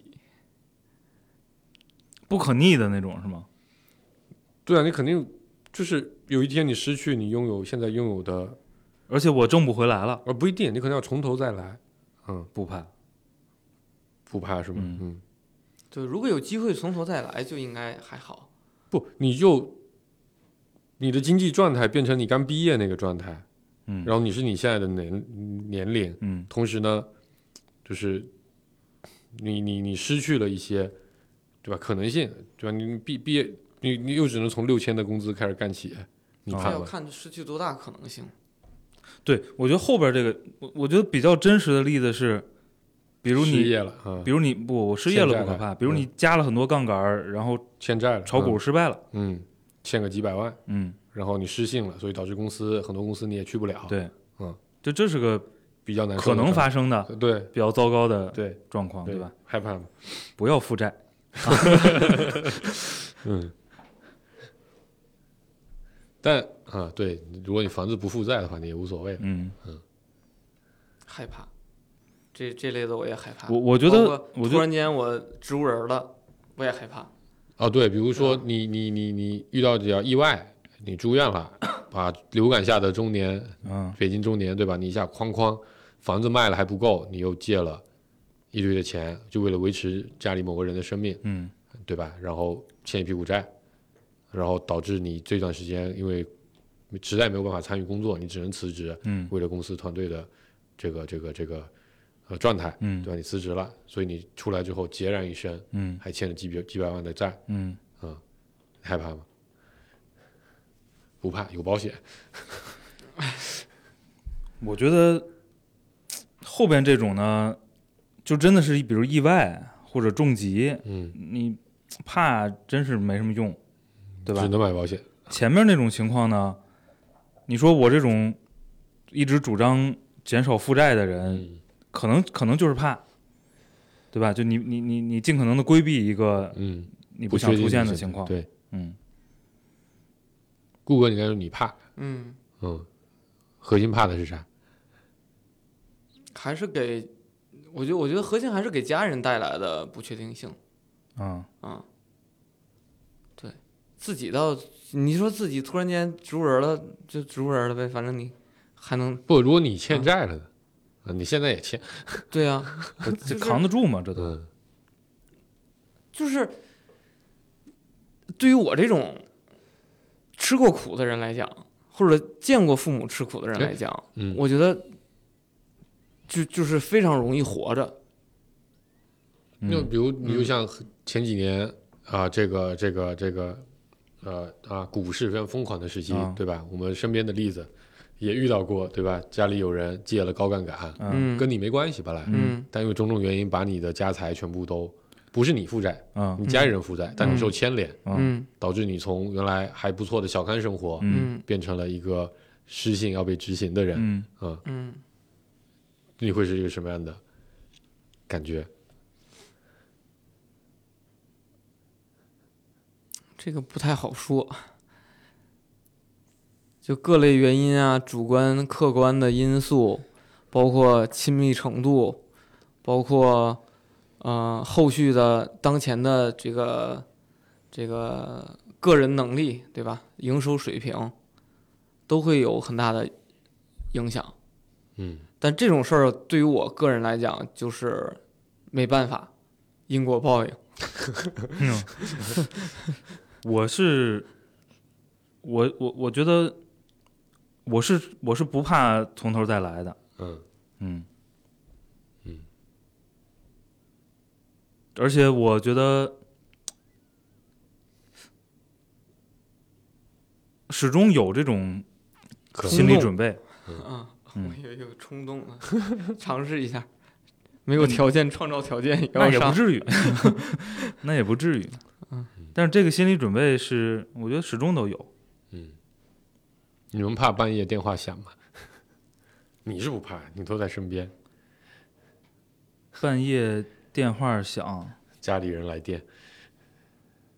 S3: 不可逆的那种是吗？
S4: 对啊，你肯定就是有一天你失去你拥有现在拥有的，呃
S3: 而且我挣不回来了，
S4: 而不一定，你可能要从头再来。嗯，
S3: 不怕。
S4: 不怕是吗？
S3: 嗯
S4: 嗯，
S2: 对，如果有机会从头再来，就应该还好。
S4: 不，你就你的经济状态变成你刚毕业那个状态，
S3: 嗯
S4: 然后你是你现在的年年龄，
S3: 嗯
S4: 同时呢，就是你你你失去了一些，对吧？可能性，对吧？你你毕毕业，你你又只能从六千的工资开始干起，你
S3: 哦
S2: 这
S4: 怕
S2: 要
S4: 吗？
S2: 看失去多大可能性。
S3: 对，我觉得后边这个，我我觉得比较真实的例子是，比
S4: 比
S3: 如
S4: 失
S3: 你，
S4: 业了啊
S3: 比，如你不，我失业
S4: 欠
S3: 了嗯
S4: 债
S3: 不可
S4: 了
S3: 怕，比如你加了很多杠杆儿，然后
S4: 欠债了，
S3: 炒股
S4: 嗯，
S3: 失败了，
S4: 嗯，欠个几百万，
S3: 嗯，
S4: 然后你失信了，所以导致公司很多公司你也去不了，，
S3: 对，
S4: 嗯，
S3: 就这是个
S4: 比较难受
S3: 可
S4: 的
S3: 能
S4: 状
S3: 发生的
S4: 态，对
S3: 比较糟糕的
S4: 对
S3: 状况，对吧？？
S4: 害怕吗？
S3: 不要负债，
S4: 嗯，但啊，对，如果你房子不负债的话，你也无所谓了。
S3: 嗯，
S2: 害怕，这这类的我也害怕。
S3: 我我觉
S2: 包
S3: 得
S2: 括，
S3: 我觉
S2: 突
S3: 得，
S2: 然间我植物人了，我也害怕。
S4: 哦，对，比如说
S3: 嗯
S2: 对啊
S4: 你你你你遇到点意外，你住院了，把流感下的中年，
S3: 嗯
S4: 北京中年，对吧？你一下哐哐，房子卖了还不够，你又借了一堆的钱，就为了维持家里某个人的生命，
S3: 嗯
S4: 对吧？然后欠一屁股债，然后导致你这段时间因为实在没有办法参与工作，你只能辞职，
S3: 嗯
S4: 为了公司团队的这个这个这个呃状态，
S3: 嗯
S4: 对吧？你辞职了，所以你出来之后孑然一身，
S3: 嗯
S4: 还欠了几百几百万的债，
S3: 嗯，
S4: 害怕吗？不怕，有保险。
S3: 我觉得后边这种呢，就真的是比如意外或者重疾，
S4: 嗯，
S3: 你怕真是没什么用，对吧
S4: 只？能买保险。
S3: 前面那种情况呢，你说我这种一直主张减少负债的人，
S4: 嗯
S3: 可能可能就是怕，对吧？就你你你你尽可能的规避一个
S4: 嗯，
S3: 你
S4: 不
S3: 不想
S4: 确定
S3: 出现的
S4: 性
S3: 情况，
S4: 对，
S3: 嗯，
S4: 顾哥，你刚才说你怕，
S2: 嗯，
S4: 嗯，核心怕的是啥？
S2: 还是给，我觉得我觉得核心还是给家人带来的不确定性
S3: 啊，
S2: 啊。对，自己倒你说自己突然间植物人了，就植物人了呗，反正你还能
S4: 不，如果你欠债了呢？啊，你现在也欠，
S2: 对 啊，
S3: 这
S2: 是
S3: 扛得住吗？这都
S4: 嗯
S2: 就是对于我这种吃过苦的人来讲，或者见过父母吃苦
S3: 哎
S2: 的人来讲，
S4: 嗯，
S2: 我觉得就就是非常容易活着。
S4: 就
S3: 嗯
S4: 比如你就像前几年啊，这个这个这个，呃啊，股市非常疯狂的时期
S3: 啊，
S4: 对吧？我们身边的例子也遇到过，对吧？家里有人借了高杠杆，
S3: 嗯
S2: 嗯，
S4: 跟你没关系本来，
S2: 嗯
S4: 但因为种种原因把你的家财全部都不是你负债，
S3: 嗯
S4: 你家里人负债，但你受牵连，
S3: 嗯
S2: 嗯
S4: 导致你从原来还不错的小康生活
S3: 嗯
S2: 嗯
S4: 变成了一个失信要被执行的人，
S3: 嗯，
S4: 嗯，
S2: 嗯，
S4: 你会是一个什么样的感觉？
S2: 这个不太好说。就各类原因啊，主观、客观的因素，包括亲密程度，包括呃后续的当前的这个这个个人能力，对吧？营收水平都会有很大的影响。
S4: 嗯
S2: 但这种事儿对于我个人来讲，就是没办法，因果报应。
S3: 我是我我我觉得我是我是不怕从头再来的，
S4: 嗯
S3: 嗯，
S4: 嗯，
S3: 而且我觉得始终有这种
S4: 可能
S3: 心理准备。
S2: 啊，
S3: 嗯
S2: 我 有有冲动了，尝试一下。没有条件，创造条件也要
S3: 也不
S2: 上。
S3: 至于，那也不至于。
S2: 嗯，
S3: 但是这个心理准备是，我觉得始终都有。
S4: 嗯，你们怕半夜电话响吗？ 你是不怕，你都在身边，
S3: 半夜电话响，
S4: 家里人来电，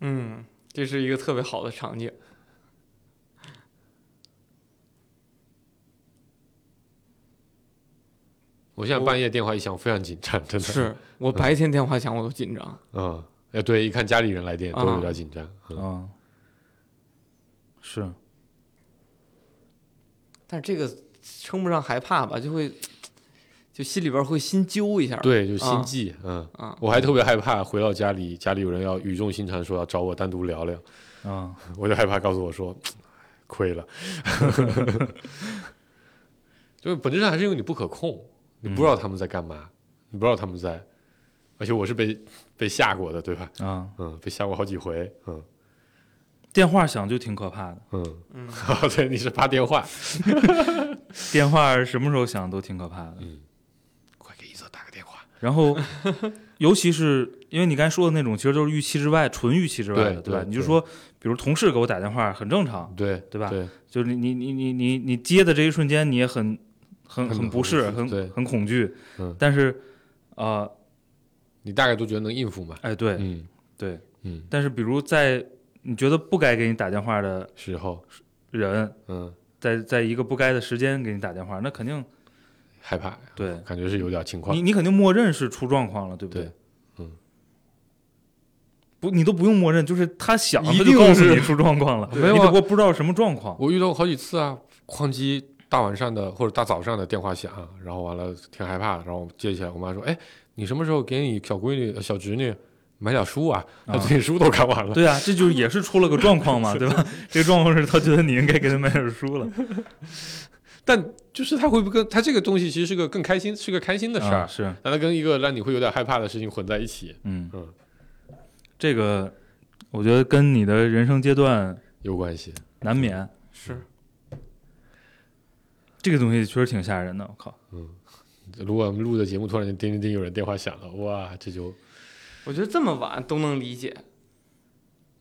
S2: 嗯，这是一个特别好的场景。
S4: 我现在半夜电话一响，非常紧张，真的
S2: 是我白天电话响我都紧张。
S4: 嗯，哎，对，一看家里人来电，都有点紧张。嗯
S3: 啊，是，
S2: 但是这个称不上害怕吧，就会就心里边会心揪一下。
S4: 对，就心
S2: 啊
S4: 悸，嗯，
S2: 啊，
S4: 我还特别害怕回到家里，家里有人要语重心长说要找我单独聊聊，
S3: 啊，
S4: 我就害怕告诉我说亏了， 就是本质上还是因为你不可控，你不知道他们在干嘛，你不知道他们在，而且我是被被吓过的，对吧？
S3: 啊，
S4: 嗯，被吓过好几回，嗯
S3: 电话响就挺可怕的，
S4: 嗯，
S2: 嗯
S4: 对，你是发电话，
S3: 电话什么时候响都挺可怕的。
S4: 嗯，快给一泽打个电话，
S3: 然 后，尤其是因为你刚才说的那种，其实都是预期之外，纯预期之外
S4: 对
S3: 的，吧？
S4: 对
S3: 你就
S4: 对
S3: 说，比如同事给我打电话，很正常，
S4: 对
S3: 对吧
S4: 对，
S3: 就是你你你你你你接的这一瞬间，你也很很
S4: 很
S3: 很不适，很
S4: 对
S3: 很恐惧
S4: 嗯，
S3: 但是，呃，
S4: 你大概都觉得能应付嘛？
S3: 哎，对
S4: 嗯
S3: 对，
S4: 嗯，
S3: 但是比如在你觉得不该给你打电话的
S4: 时候，
S3: 人，
S4: 嗯，
S3: 在在一个不该的时间给你打电话，那肯定
S4: 害怕，
S3: 对
S4: 感觉是有点情况
S3: 你，你肯定默认是出状况了，对不
S4: 对？嗯，
S3: 不，你都不用默认，就是他想
S4: 一
S3: 他
S4: 定
S3: 就告诉
S4: 是
S3: 你出状况了，
S4: 没有
S3: 你
S4: 啊
S3: 只不过不知道什么状况。
S4: 我遇到过好几次啊，哐叽，大晚上的或者大早上的电话响，然后完了挺害怕，然后接起来，我妈说：“哎，你什么时候给你小闺女、小侄女买点书啊？她
S3: 啊
S4: 最近书都看完了。
S3: 对啊，这就是也是出了个 状况嘛，对吧？这个状况是他觉得你应该给他买点书了，
S4: 但就是它会不跟它这个东西其实是个更开心，是个开心的事
S3: 啊
S4: 儿，
S3: 是，
S4: 但它跟一个让你会有点害怕的事情混在一起，
S3: 嗯
S4: 嗯，
S3: 这个我觉得跟你的人生阶段
S4: 有关系。
S3: 难免
S2: 是
S3: 这个东西确实挺吓人的，我靠，
S4: 如果我们录的节目突然间叮铃叮有人电话响了，哇，这就
S2: 我觉得这么晚都能理解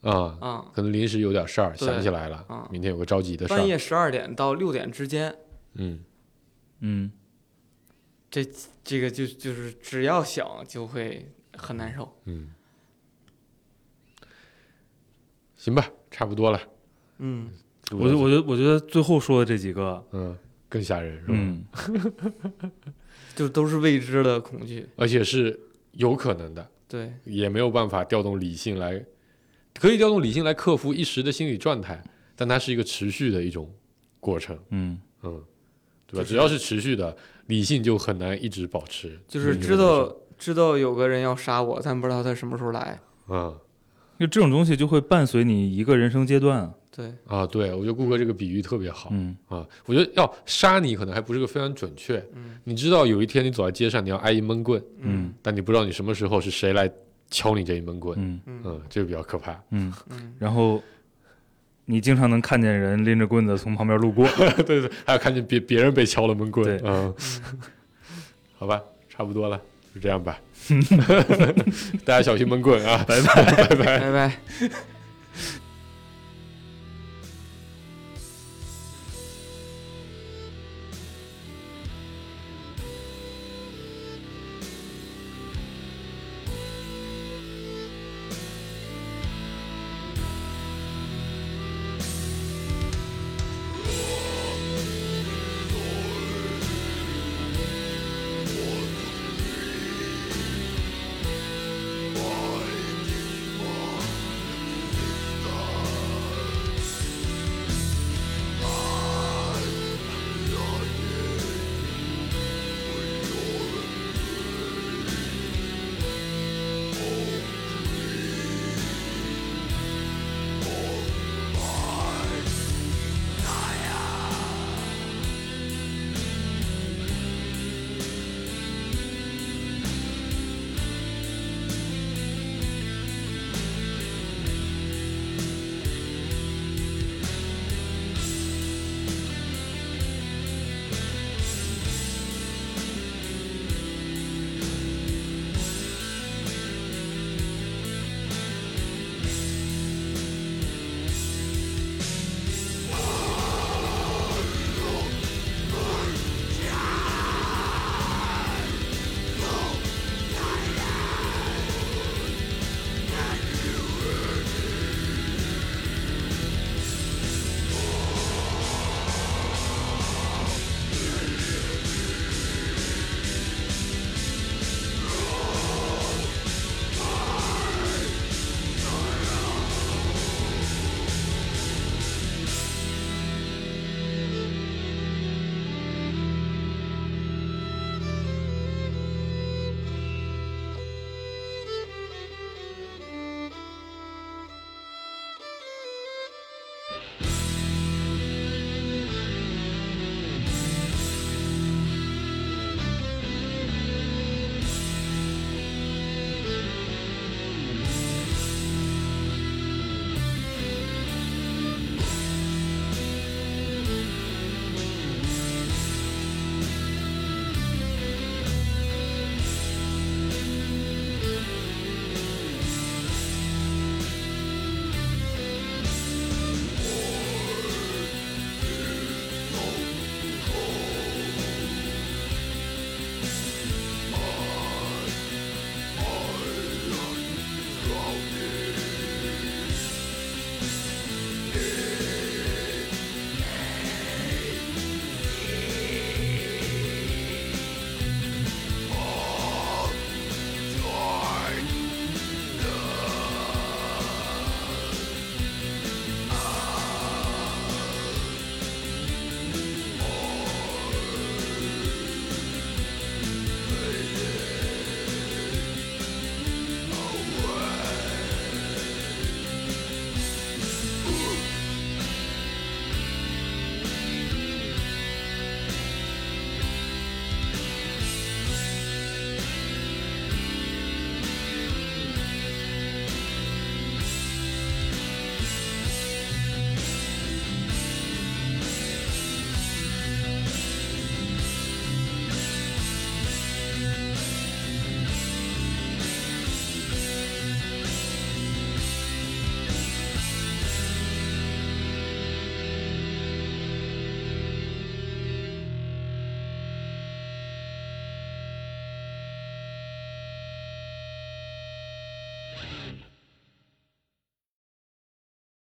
S4: 啊、
S2: 啊。
S4: 可能临时有点事儿
S2: 对
S4: 想起来了，
S2: 啊
S4: 明天有个着急的事
S2: 半
S4: 儿，
S2: 夜十二点到六点之间，
S4: 嗯，
S3: 嗯，
S2: 这个就就是只要想就会很难受。
S4: 嗯，行吧，差不多了。
S2: 嗯，
S4: 录
S3: 我
S4: 了
S3: 觉我觉得我觉得最后说的这几个，
S4: 嗯更吓人是吧？
S3: 嗯，
S2: 就都是未知的恐惧。
S4: 而且是有可能的，
S2: 对，
S4: 也没有办法调动理性来，可以调动理性来克服一时的心理状态，但它是一个持续的一种过程，
S3: 嗯，
S4: 嗯，对
S2: 就
S4: 吧？
S2: 是
S4: 只要是持续的，理性就很难一直保持，
S2: 就是知道知道有个人要杀我，但不知道他什么时候来。
S4: 嗯。
S3: 就这种东西就会伴随你一个人生阶段啊，
S2: 对，
S4: 啊，对，我觉得顾哥这个比喻特别好、
S3: 嗯
S4: 啊。我觉得要杀你可能还不是个非常准确，
S2: 嗯
S4: 你知道有一天你走在街上，你要挨一闷棍，
S3: 嗯
S4: 但你不知道你什么时候是谁来敲你这一闷棍，
S3: 嗯
S2: 嗯
S4: 嗯，这个比较可怕。
S3: 嗯，
S2: 嗯，
S3: 然后你经常能看见人拎着棍子从旁边路过，
S4: 对对，对还有看见别别人被敲了闷棍，
S3: 对
S4: 嗯，好吧，差不多了， 就这样吧，大家小心闷棍啊，拜拜。
S2: 拜拜。